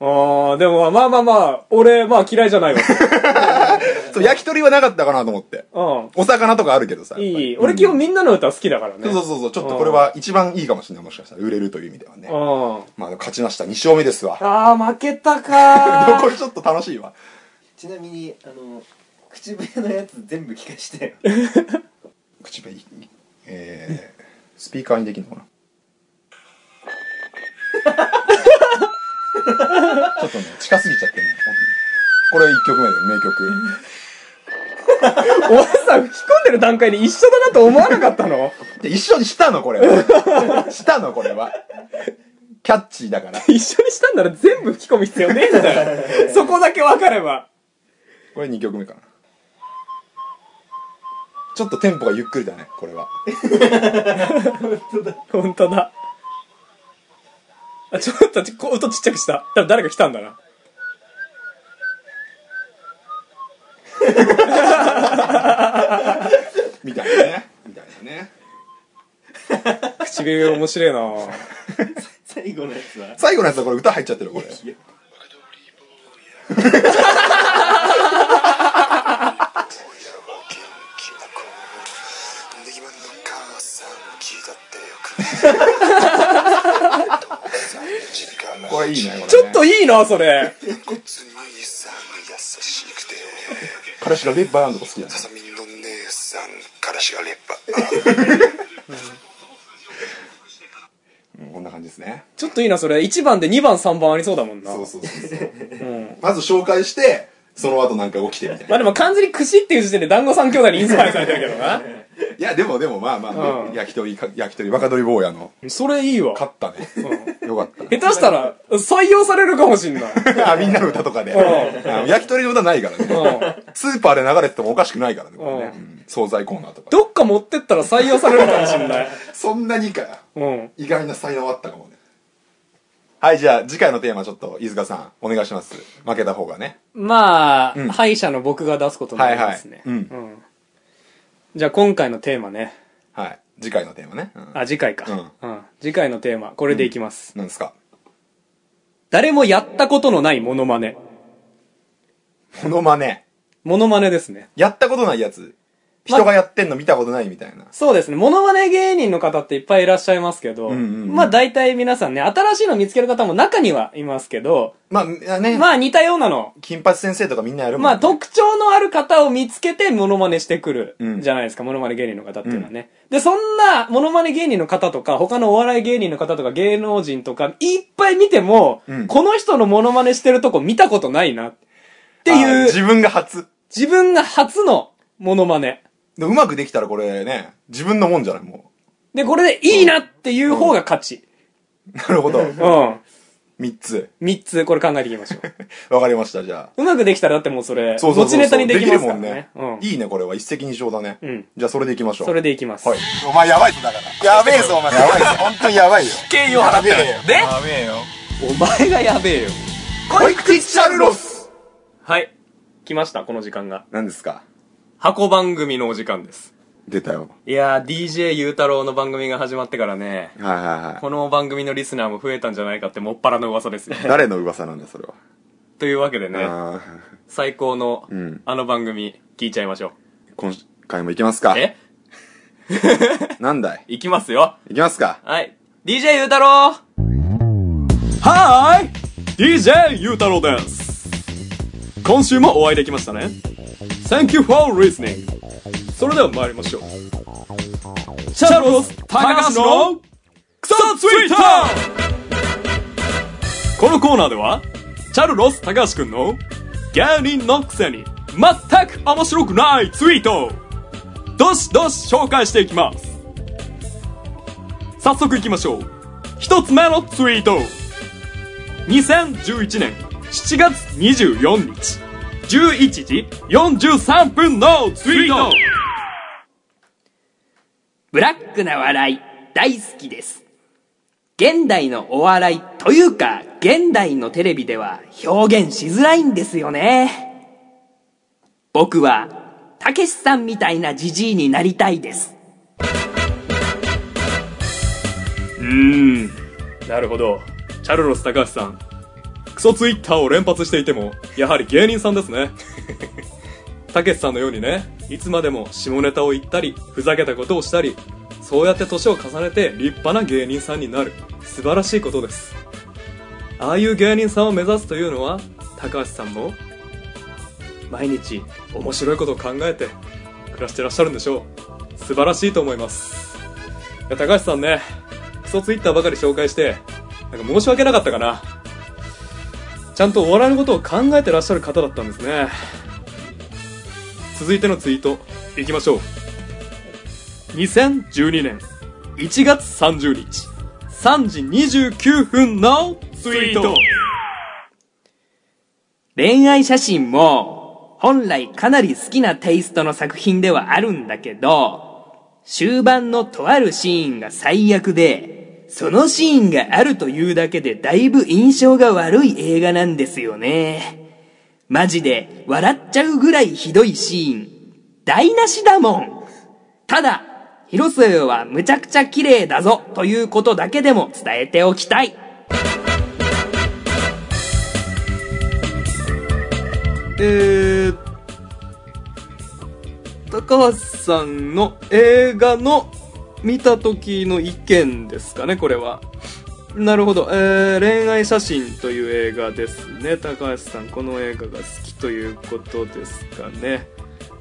[SPEAKER 4] ああ、でもまあまあまあ、俺、まあ嫌いじゃないわ。
[SPEAKER 2] そう、焼き鳥はなかったかなと思って。
[SPEAKER 4] う
[SPEAKER 2] お魚とかあるけどさ。
[SPEAKER 4] ん。
[SPEAKER 2] やっぱり
[SPEAKER 4] いい。俺基本みんなの歌好きだからね。
[SPEAKER 2] そうそうそうそう、ちょっとこれは一番いいかもしれない、もしかしたら。売れるという意味ではね。
[SPEAKER 4] うん。
[SPEAKER 2] まあ、勝ちました。2勝目ですわ。
[SPEAKER 4] あー、負けた
[SPEAKER 2] [laughs]
[SPEAKER 4] [laughs] かー。
[SPEAKER 2] これちょっと楽しいわ。
[SPEAKER 3] ちなみにあの口笛のやつ全部聞かして
[SPEAKER 2] 口紅、えー、スピーカーにできるのかな [laughs] ちょっとね、近すぎちゃってね。これ1曲目だよ、名曲。
[SPEAKER 4] お前さ、吹き込んでる段階で一緒だなと思わなかっ
[SPEAKER 2] [laughs]
[SPEAKER 4] たの
[SPEAKER 2] で一緒にしたの、これは。 [laughs] したの、これは。キャッチーだから。
[SPEAKER 4] 一緒にしたんなら全部吹き込む必要ねえんだ
[SPEAKER 2] [laughs]
[SPEAKER 4] よ。そこだけ分かれば。
[SPEAKER 2] これ2曲目かな。ちょっとテンポがゆっくりだね、これは。
[SPEAKER 4] ほんとだ。あ、ちょっと、ちこ音ちっちゃくした。多分誰か来たんだな。
[SPEAKER 2] みたいなね。みたいなね。
[SPEAKER 4] 唇面白いなぁ。
[SPEAKER 3] 最後のやつは
[SPEAKER 2] 最後のやつはこれ歌入っちゃってる、これ。
[SPEAKER 6] 今の母さん気だってよく
[SPEAKER 2] [laughs] これいいね、これ、ね。
[SPEAKER 4] ちょっといいなそれ。
[SPEAKER 6] こっちの兄さん優しくて
[SPEAKER 2] 彼氏がレバーンとか好きだね。
[SPEAKER 6] さみの姉さんからしがレッパ
[SPEAKER 2] うんこんな感じですね。
[SPEAKER 1] ちょっといいな、それ。1番で2番、3番ありそうだもんな。
[SPEAKER 2] そうそうそうそう。
[SPEAKER 1] うん。
[SPEAKER 2] まず紹介して、その後なんか起きてみたい
[SPEAKER 1] ま
[SPEAKER 2] な。
[SPEAKER 1] あでも完全に串っていう時点で団子三兄弟にインスパイアされてるけど
[SPEAKER 2] [laughs]
[SPEAKER 1] な。
[SPEAKER 2] いや、でもでもまあまあ、
[SPEAKER 1] うん
[SPEAKER 2] 焼き鳥か、焼き鳥、若鳥坊やの、
[SPEAKER 1] それいいわ。
[SPEAKER 2] 勝ったね。よかっ
[SPEAKER 1] 下手したら、採用されるかもしんない。
[SPEAKER 2] [laughs] た。あ、みんなの歌とかで。
[SPEAKER 1] う
[SPEAKER 2] あの焼き鳥の歌ないからね。
[SPEAKER 1] うん。
[SPEAKER 2] スーパーで流れててもおかしくないからね、これね
[SPEAKER 1] う
[SPEAKER 2] うん惣菜コーナーとか。
[SPEAKER 1] どっか持ってったら採用されるかもしんない。
[SPEAKER 2] そんなにか。
[SPEAKER 1] うん。
[SPEAKER 2] 意外な才能あったかもね。はい、じゃあ次回のテーマちょっと、飯塚さん、お願いします。負けた方がね。
[SPEAKER 1] まあ、
[SPEAKER 2] うん
[SPEAKER 1] 敗者の僕が出すことになりますね。。
[SPEAKER 2] はいはいうん
[SPEAKER 1] じゃあ今回のテーマね。
[SPEAKER 2] はい。次回のテーマね。うん
[SPEAKER 1] あ、次回か。うん。次回のテーマ、これでいきます。
[SPEAKER 2] なんですか
[SPEAKER 1] 誰もやったことのないモノマネ。
[SPEAKER 2] モノマネ。
[SPEAKER 1] モノマネですね。
[SPEAKER 2] やったことないやつ。
[SPEAKER 1] ま
[SPEAKER 2] 人がやってんの見たことないみたいな。
[SPEAKER 1] そうですね。モノマネ芸人の方っていっぱいいらっしゃいますけど、
[SPEAKER 2] うんうんうん
[SPEAKER 1] まあ大体皆さんね、新しいの見つける方も中にはいますけど、
[SPEAKER 2] まあ、ね。
[SPEAKER 1] まあ似たようなの。
[SPEAKER 2] 金八先生とかみんなやるもん、
[SPEAKER 1] まあ特徴のある方を見つけてモノマネしてくる
[SPEAKER 2] うん
[SPEAKER 1] じゃないですか、モノマネ芸人の方っていうのはね。で、そんなモノマネ芸人の方とか、他のお笑い芸人の方とか芸能人とか、いっぱい見ても、
[SPEAKER 2] うん
[SPEAKER 1] この人のモノマネしてるとこ見たことないなって
[SPEAKER 2] あ
[SPEAKER 1] いう、
[SPEAKER 2] 自分が初。
[SPEAKER 1] 自分が初のモノマネ。
[SPEAKER 2] でうまくできたらこれね、自分のもんじゃない、も
[SPEAKER 1] で、これでいいなっていう方が勝ち。
[SPEAKER 2] う。なるほ
[SPEAKER 1] [laughs]
[SPEAKER 2] ど。
[SPEAKER 1] うん。
[SPEAKER 2] 三つ。
[SPEAKER 1] 三つ、これ考えていきま [laughs] しょう。
[SPEAKER 2] [laughs] わかりました、じゃ
[SPEAKER 1] うまくできたらだってもうそれ、
[SPEAKER 2] あ。そうそう
[SPEAKER 1] 持
[SPEAKER 2] そうそ
[SPEAKER 1] ち
[SPEAKER 2] う。
[SPEAKER 1] ネタにできます
[SPEAKER 2] る
[SPEAKER 1] か
[SPEAKER 2] も
[SPEAKER 1] ら
[SPEAKER 2] んね
[SPEAKER 1] ね。。うん。
[SPEAKER 2] いいね、これは。一石二鳥だね。
[SPEAKER 1] うん
[SPEAKER 2] じゃあ、それでいきましょう。
[SPEAKER 1] それでいきます。
[SPEAKER 2] はい。お前やばいぞ、だから。やべえぞ、お前。やばいぞ。本当にやばいよ。
[SPEAKER 1] 敬意を払ってるね
[SPEAKER 2] やべえよ。
[SPEAKER 1] お前がやべえよ。
[SPEAKER 2] コイクティッシャルロス
[SPEAKER 1] はい。来ました、この時間が。
[SPEAKER 2] 何ですか
[SPEAKER 1] 箱番組のお時間です。
[SPEAKER 2] 出たよ。
[SPEAKER 1] いやー、DJ ゆうたろうの番組が始まってからね、
[SPEAKER 2] はいはいは
[SPEAKER 1] この番組のリスナーも増えたんじゃないかってもっぱらの噂ですよ。
[SPEAKER 2] い。誰の噂なんだ、それは。
[SPEAKER 1] というわけでね、
[SPEAKER 2] あ
[SPEAKER 1] 最高の
[SPEAKER 2] うん、
[SPEAKER 1] あの番組、聞いちゃいましょ
[SPEAKER 2] ー今回も行きますか
[SPEAKER 1] う。。え
[SPEAKER 2] なんだい
[SPEAKER 1] いきますよ。
[SPEAKER 2] 行きますか。
[SPEAKER 1] はい。DJ ゆうたろうはーい !DJ ゆうたろうです今週もお会いできましたね Thank you for listening それでは参りましょうシャロス高橋のクソツイッターこのコーナーではチャルロス高橋くんの芸人のくせに全く面白くないツイートをどしどし紹介していきます早速いきましょう一つ目のツイート2011年7月24日11時43分のツイート
[SPEAKER 4] ブラックな笑い大好きです。現代のお笑いというか、現代のテレビでは表現しづらいんですよね。僕は、たけしさんみたいなじじいになりたいです。
[SPEAKER 1] なるほどチャルロス高橋さんクソツイッターを連発していてもやはり芸人さんですねたけしさんのようにねいつまでも下ネタを言ったりふざけたことをしたりそうやって年を重ねて立派な芸人さんになる素晴らしいことですああいう芸人さんを目指すというのは高橋さんも毎日面白いことを考えて暮らしてらっしゃるんでしょう素晴らしいと思いますいや高橋さんねクソツイッターばかり紹介してなんか申し訳なかったかなちゃんとお笑いのことを考えてらっしゃる方だったんですね続いてのツイートいきましょう2012年1月30日3時29分のツイート
[SPEAKER 4] 恋愛写真も、本来かなり好きなテイストの作品ではあるんだけど、終盤のとあるシーンが最悪で、そのシーンがあるというだけでだいぶ印象が悪い映画なんですよね。マジで笑っちゃうぐらいひどいシーン、台無しだもん。ただ、広末はむちゃくちゃ綺麗だぞということだけでも伝えておきたい。
[SPEAKER 1] えー、高橋さんの映画の見た時の意見ですかね、これは。なるほど、えー、恋愛写真という映画ですね。高橋さん、この映画が好きということですかね。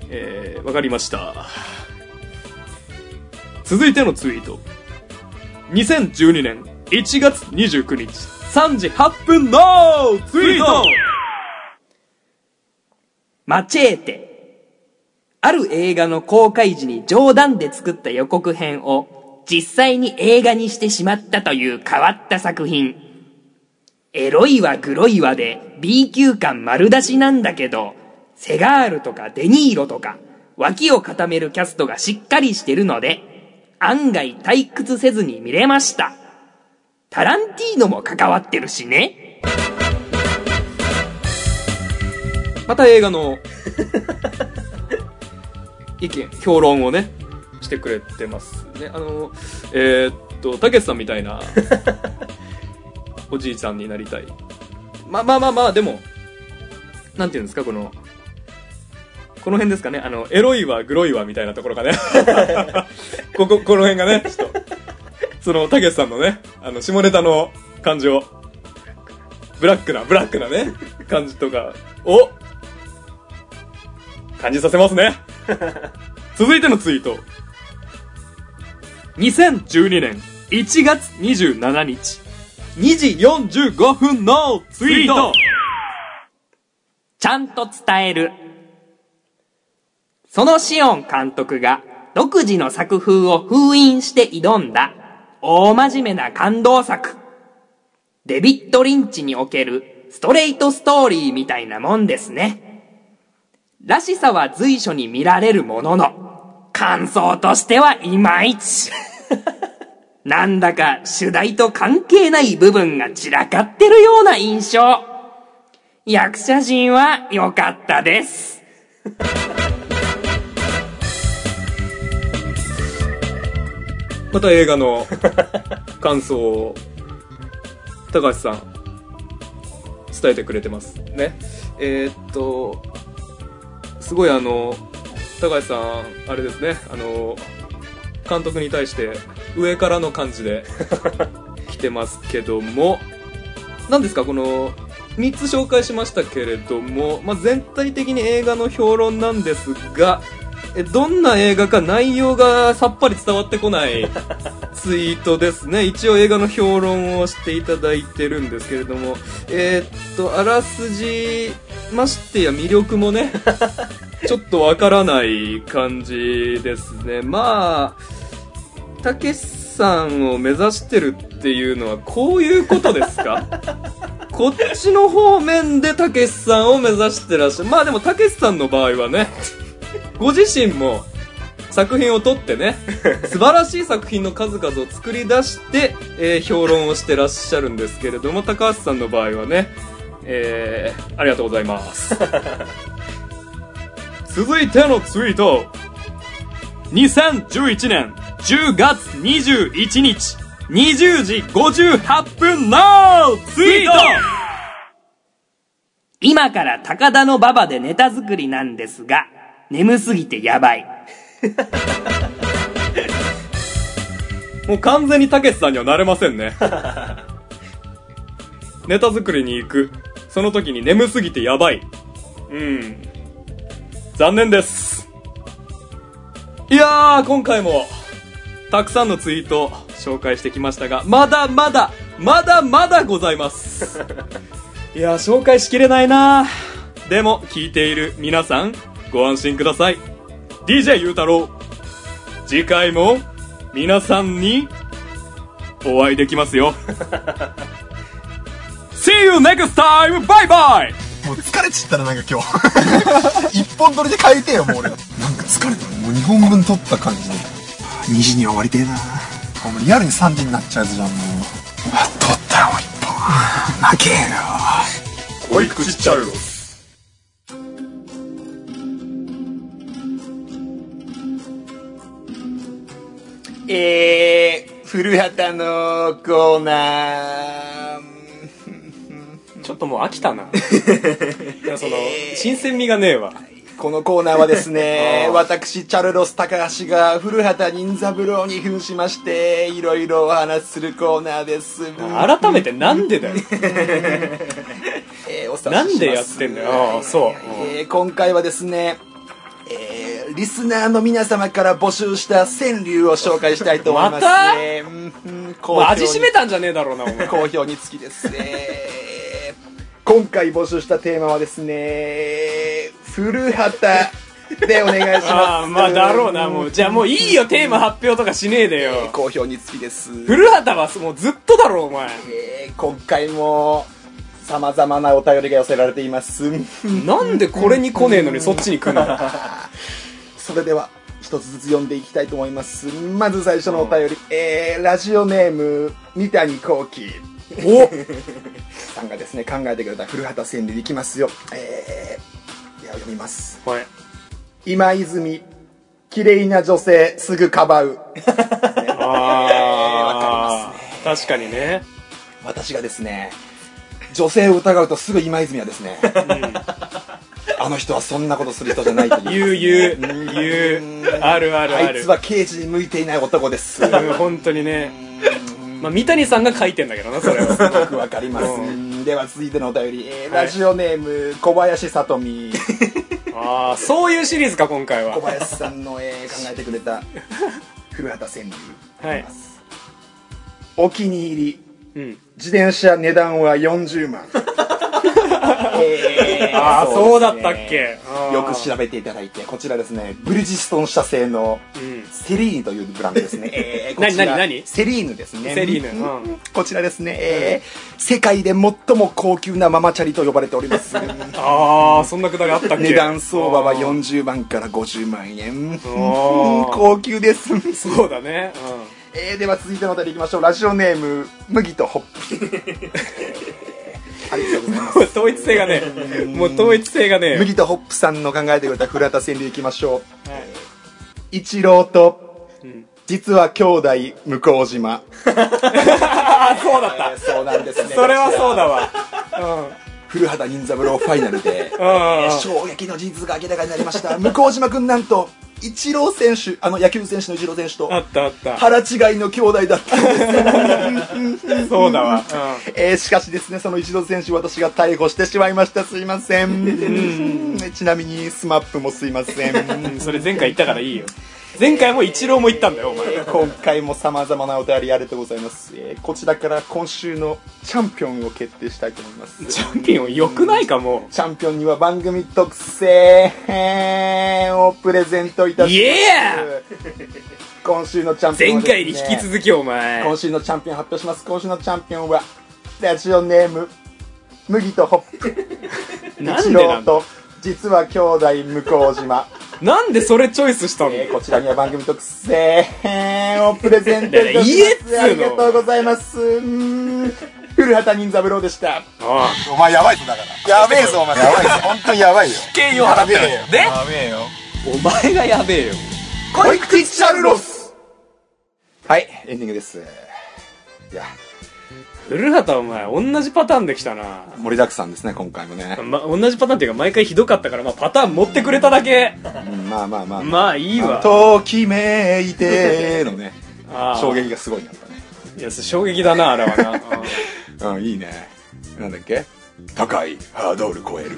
[SPEAKER 1] えー、わかりました。続いてのツイート。2012年
[SPEAKER 7] 1月29日3時8分のツイートマチェーテ。ある映画の公開時に冗談で作った予告編を実際に映画にしてしまったという変わった作品。エロいわグロいわで B 級感丸出しなんだけど、セガールとかデニーロとか、脇を固めるキャストがしっかりしてるので、案外退屈せずに見れました。タランティーノも関わってるしね。
[SPEAKER 1] また映画の意見評論をねしてくれてますねあのえーっとたけしさんみたいなおじいちゃんになりたいまあまあまあまあでもなんていうんですかこのこの辺ですかねあのエロいわグロいわみたいなところがねこここの辺がねちょっとそのたけしさんのねあの下ネタの感情ブラックなブラックなね感じとかを感じさせますね [laughs] 続いてのツイート。2012年1月27日、2時45分のツイート
[SPEAKER 7] ちゃんと伝える。そのシオン監督が独自の作風を封印して挑んだ大真面目な感動作。デビッド・リンチにおけるストレートストーリーみたいなもんですね。らしさは随所に見られるものの、感想としてはいまいち。 [laughs] なんだか主題と関係ない部分が散らかってるような印象。役者陣は良かったです。
[SPEAKER 1] また映画の感想を、高橋さん、伝えてくれてます。ね。えーっと、すごいあの、高橋さん、あれですね、あの、監督に対して、上からの感じで来てますけども、なんですか、この、3つ紹介しましたけれども、まあ、全体的に映画の評論なんですが、えどんな映画か内容がさっぱり伝わってこない [laughs] ツイートですね。一応映画の評論をしていただいてるんですけれども、えーっと、あらすじ、ましてや魅力もね、ちょっとわからない感じですね。まあ、たけしさんを目指してるっていうのはこういうことですかこっちの方面でたけしさんを目指してらっしゃる。まあでもたけしさんの場合はね、ご自身も作品を撮ってね、素晴らしい作品の数々を作り出して、えー評論をしてらっしゃるんですけれども、高橋さんの場合はね、えー、ありがとうございます。続いてのツイート。2011年10月21日、20時58分のツイート
[SPEAKER 7] 今から高田の馬場でネタ作りなんですが、眠すぎてやばい。
[SPEAKER 1] もう完全にたけしさんにはなれませんね。 [laughs] ネタ作りに行く。その時に眠すぎてやばい。うん。残念です。いやー、今回も、たくさんのツイート紹介してきましたが、まだまだ、まだまだござい [laughs] ます。いやー、紹介しきれないなーでも、聞いている皆さん、ご安心ください。DJ ゆうたろう。次回も皆さんにお会いできます
[SPEAKER 4] [laughs]
[SPEAKER 1] よ See you next time! バイバイ
[SPEAKER 8] もう疲れちったらなんか今日 [laughs] 一本取りで帰りてえよもう俺なんか疲れたもう2本分取った感じで2時には終わりてえなお前リアルに3時になっちゃうやつじゃんもううわ取ったらもう1本負けえよ
[SPEAKER 9] おいくちっちゃうよ。
[SPEAKER 2] えー、古畑のコーナー。
[SPEAKER 1] ちょっともう飽きたないやその新鮮味がねえわ
[SPEAKER 2] このコーナーはです
[SPEAKER 4] [laughs]
[SPEAKER 2] ね、私、チャルロス高橋が古畑任三郎に扮しまして、いろいろお話しするコーナーです。
[SPEAKER 1] 改めてなんでだよ
[SPEAKER 2] えーお察しします
[SPEAKER 1] なんでやってんだよああそう
[SPEAKER 2] えー今回はですね、えーリスナーの皆様から募集した川柳を紹介したいと思いますね。うんうん好評に
[SPEAKER 4] 味しめたんじゃねえだろうな、お前。
[SPEAKER 2] 好評につきですね。今回募集したテーマはですね、古畑でお願いします。
[SPEAKER 4] ああ、まあだろうな、もう。じゃあもういいよ、テーマ発表とかしねえでよ。
[SPEAKER 2] 好評につきです。
[SPEAKER 4] 古畑はもうずっとだろ、お前。
[SPEAKER 2] えー今回も、様々なお便りが寄せられています。
[SPEAKER 4] なんでこれに来ねえのにそっちに来んの
[SPEAKER 2] それでは、一つずつ読んでいきたいと思います。まず最初のお便り、えー、ラジオネーム、三谷幸喜。お [laughs] さんがですね、考えてくれた古畑川柳いきますよ。えー、では読みます。
[SPEAKER 4] はい。
[SPEAKER 2] 今泉綺麗な女性すぐかば
[SPEAKER 4] [laughs]
[SPEAKER 2] う
[SPEAKER 4] ああ、 [laughs] 確かにね。
[SPEAKER 2] 私がですね女性を疑うとすぐ今泉はですね、あの人はそんなことする人じゃないという
[SPEAKER 4] 言う言う、言う、あるあるあ
[SPEAKER 2] あい
[SPEAKER 4] る
[SPEAKER 2] つ。は刑事に向いていない男
[SPEAKER 4] [laughs]
[SPEAKER 2] ですよ
[SPEAKER 4] うん、本当にね。まあ、三谷さんが書いてんだけどな、それは。
[SPEAKER 2] くわかります、では続いてのお便り、えーラジオネーム小林さとみ
[SPEAKER 4] [laughs] ああ、そういうシリーズか、今回
[SPEAKER 2] 小
[SPEAKER 4] は。
[SPEAKER 2] 林さんの、えー考えてくれた古畑川柳
[SPEAKER 4] はい。
[SPEAKER 2] お気に入り
[SPEAKER 4] うん。
[SPEAKER 2] 自転車値段は40万えー
[SPEAKER 4] ああ、
[SPEAKER 2] で
[SPEAKER 4] そう
[SPEAKER 2] す
[SPEAKER 4] だ
[SPEAKER 2] ね
[SPEAKER 4] ったっけ。あー
[SPEAKER 2] よく調べていただいてこちらですねブリヂストン社製の
[SPEAKER 4] ん
[SPEAKER 2] セリーヌというブランドです
[SPEAKER 4] [laughs]
[SPEAKER 2] ね、えーこちら
[SPEAKER 4] 何何何
[SPEAKER 2] セリーヌですね
[SPEAKER 4] セリー
[SPEAKER 2] うん
[SPEAKER 4] ヌ。うん。
[SPEAKER 2] こちらですね、えー世界で最も高級なママチャリと呼ばれております
[SPEAKER 4] ああ、そんなくだりあったっけ。
[SPEAKER 2] 値段相場は40万から50万円
[SPEAKER 4] お
[SPEAKER 2] [laughs]
[SPEAKER 4] ー
[SPEAKER 2] 高級です、
[SPEAKER 4] そうだね。
[SPEAKER 2] えーでは続いてのお便りいきましょうラジオネーム麦とホッピー [laughs] ありがとうございます
[SPEAKER 4] うん。 [laughs] 統一性がね、もう統一性がね。
[SPEAKER 2] 麦とホップさんの考えてくれた古畑川柳いきましょう、一郎と、実は兄弟向 [laughs] 島
[SPEAKER 4] ああ、そうだった。
[SPEAKER 2] そうなんですね
[SPEAKER 4] それはそうだわ。
[SPEAKER 2] 古畑任三郎ファイナルで
[SPEAKER 4] うん。
[SPEAKER 2] 衝撃の事実が明らかになりました向島君なんと一郎選手あの野球選手の一郎選手と
[SPEAKER 4] あったあった。
[SPEAKER 2] 腹違いの兄弟だったんです
[SPEAKER 4] そうだわ。
[SPEAKER 2] えーしかしですね、その一度選手、私が逮捕してしまいました。すいません。ちなみに、スマップもすいませ
[SPEAKER 4] うんん。。それ前回言ったからいいよ。前回も一郎も言ったんだよ、お前。
[SPEAKER 2] 今回も様々なお便りありがとうございます、えーこちらから今週のチャンピオンを決定したいと思いますチ
[SPEAKER 4] チャンピオン良くないか、も
[SPEAKER 2] ャンピオンには番組特製をプレゼントいた
[SPEAKER 4] う。イ
[SPEAKER 2] し
[SPEAKER 4] エ
[SPEAKER 2] ま
[SPEAKER 4] ー
[SPEAKER 2] す今週のチャンピオンは
[SPEAKER 4] 前
[SPEAKER 2] ですね
[SPEAKER 4] 回に引き続きお前。
[SPEAKER 2] 今週のチャンピオン発表します今週のチャンピオンはラジオネーム麦とホップ
[SPEAKER 4] [laughs] なんでなんだ
[SPEAKER 2] と実は兄弟向
[SPEAKER 4] [laughs]
[SPEAKER 2] 島
[SPEAKER 4] なんでそれチョイスしたの
[SPEAKER 2] えーこちらには番組特製をプレゼントいたしま
[SPEAKER 4] いやいや
[SPEAKER 2] す。あ
[SPEAKER 4] いいえっつうの
[SPEAKER 2] りがとうございます。うーん古畑任三郎でした。
[SPEAKER 4] あ
[SPEAKER 10] お前やばいぞだから。やべえぞお前。やばいぞ。本当にやばいよ。
[SPEAKER 4] あ。敬意を払ってるよ。ね
[SPEAKER 10] やべえよ。
[SPEAKER 4] お前がやべえよ。
[SPEAKER 2] コイクチチャルロスはい、エンディングです。いや、
[SPEAKER 4] 古畑お前、同じパターンできたな。
[SPEAKER 2] 盛りだくさんですね、今回もね。
[SPEAKER 4] ま、同じパターンっていうか毎回ひどかったから、まあ、パターン持ってくれただけ。
[SPEAKER 2] うんまあまあまあ。
[SPEAKER 4] まあいいわ。
[SPEAKER 2] ときめい [laughs] てのね、
[SPEAKER 4] ああ
[SPEAKER 2] 衝。撃がすごいなった
[SPEAKER 4] いや、衝撃だな、あれはな。うん
[SPEAKER 2] ね。うん、いいね。なんだっけ高いハードル超える。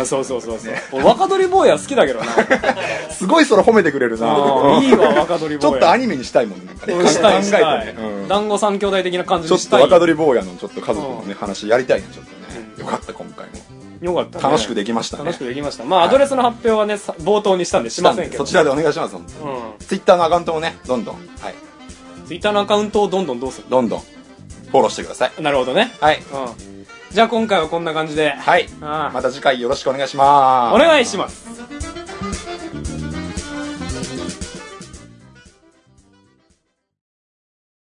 [SPEAKER 4] あそうそうそうそう、俺 [laughs] 若鳥坊や好きだけどな
[SPEAKER 2] すごいそれ褒めてくれるな。
[SPEAKER 4] あー [laughs] いいわ若鳥坊や
[SPEAKER 2] ちょっとアニメにしたいもんね。なんかね
[SPEAKER 4] うんしたい
[SPEAKER 2] 考え
[SPEAKER 4] した
[SPEAKER 2] て
[SPEAKER 4] い、
[SPEAKER 2] ね。うん
[SPEAKER 4] 団子三兄弟的な感じ
[SPEAKER 2] ちょ
[SPEAKER 4] に
[SPEAKER 2] っ
[SPEAKER 4] し
[SPEAKER 2] と
[SPEAKER 4] たい
[SPEAKER 2] 若鳥坊やのちょっと家族のね、話やりたいね、ちょっとね。よかった、今回も。
[SPEAKER 4] よかったね、
[SPEAKER 2] 楽しくできましたね
[SPEAKER 4] 楽し。くできましたまあアドレスの発表はねさ冒頭にしたんでしませんけど
[SPEAKER 2] そちらでお願いします、本当に
[SPEAKER 4] う
[SPEAKER 2] ツイッターのアカウントもね、どんどん、はい、
[SPEAKER 4] んツイッターのアカウントをどんどんどうする
[SPEAKER 2] どんどん、フォローしてください。
[SPEAKER 4] なるほどね
[SPEAKER 2] はい。
[SPEAKER 4] うんじゃあ今回はこんな感じで
[SPEAKER 2] はい。
[SPEAKER 4] あー
[SPEAKER 2] また次回よろしくお願いします。
[SPEAKER 4] お願いします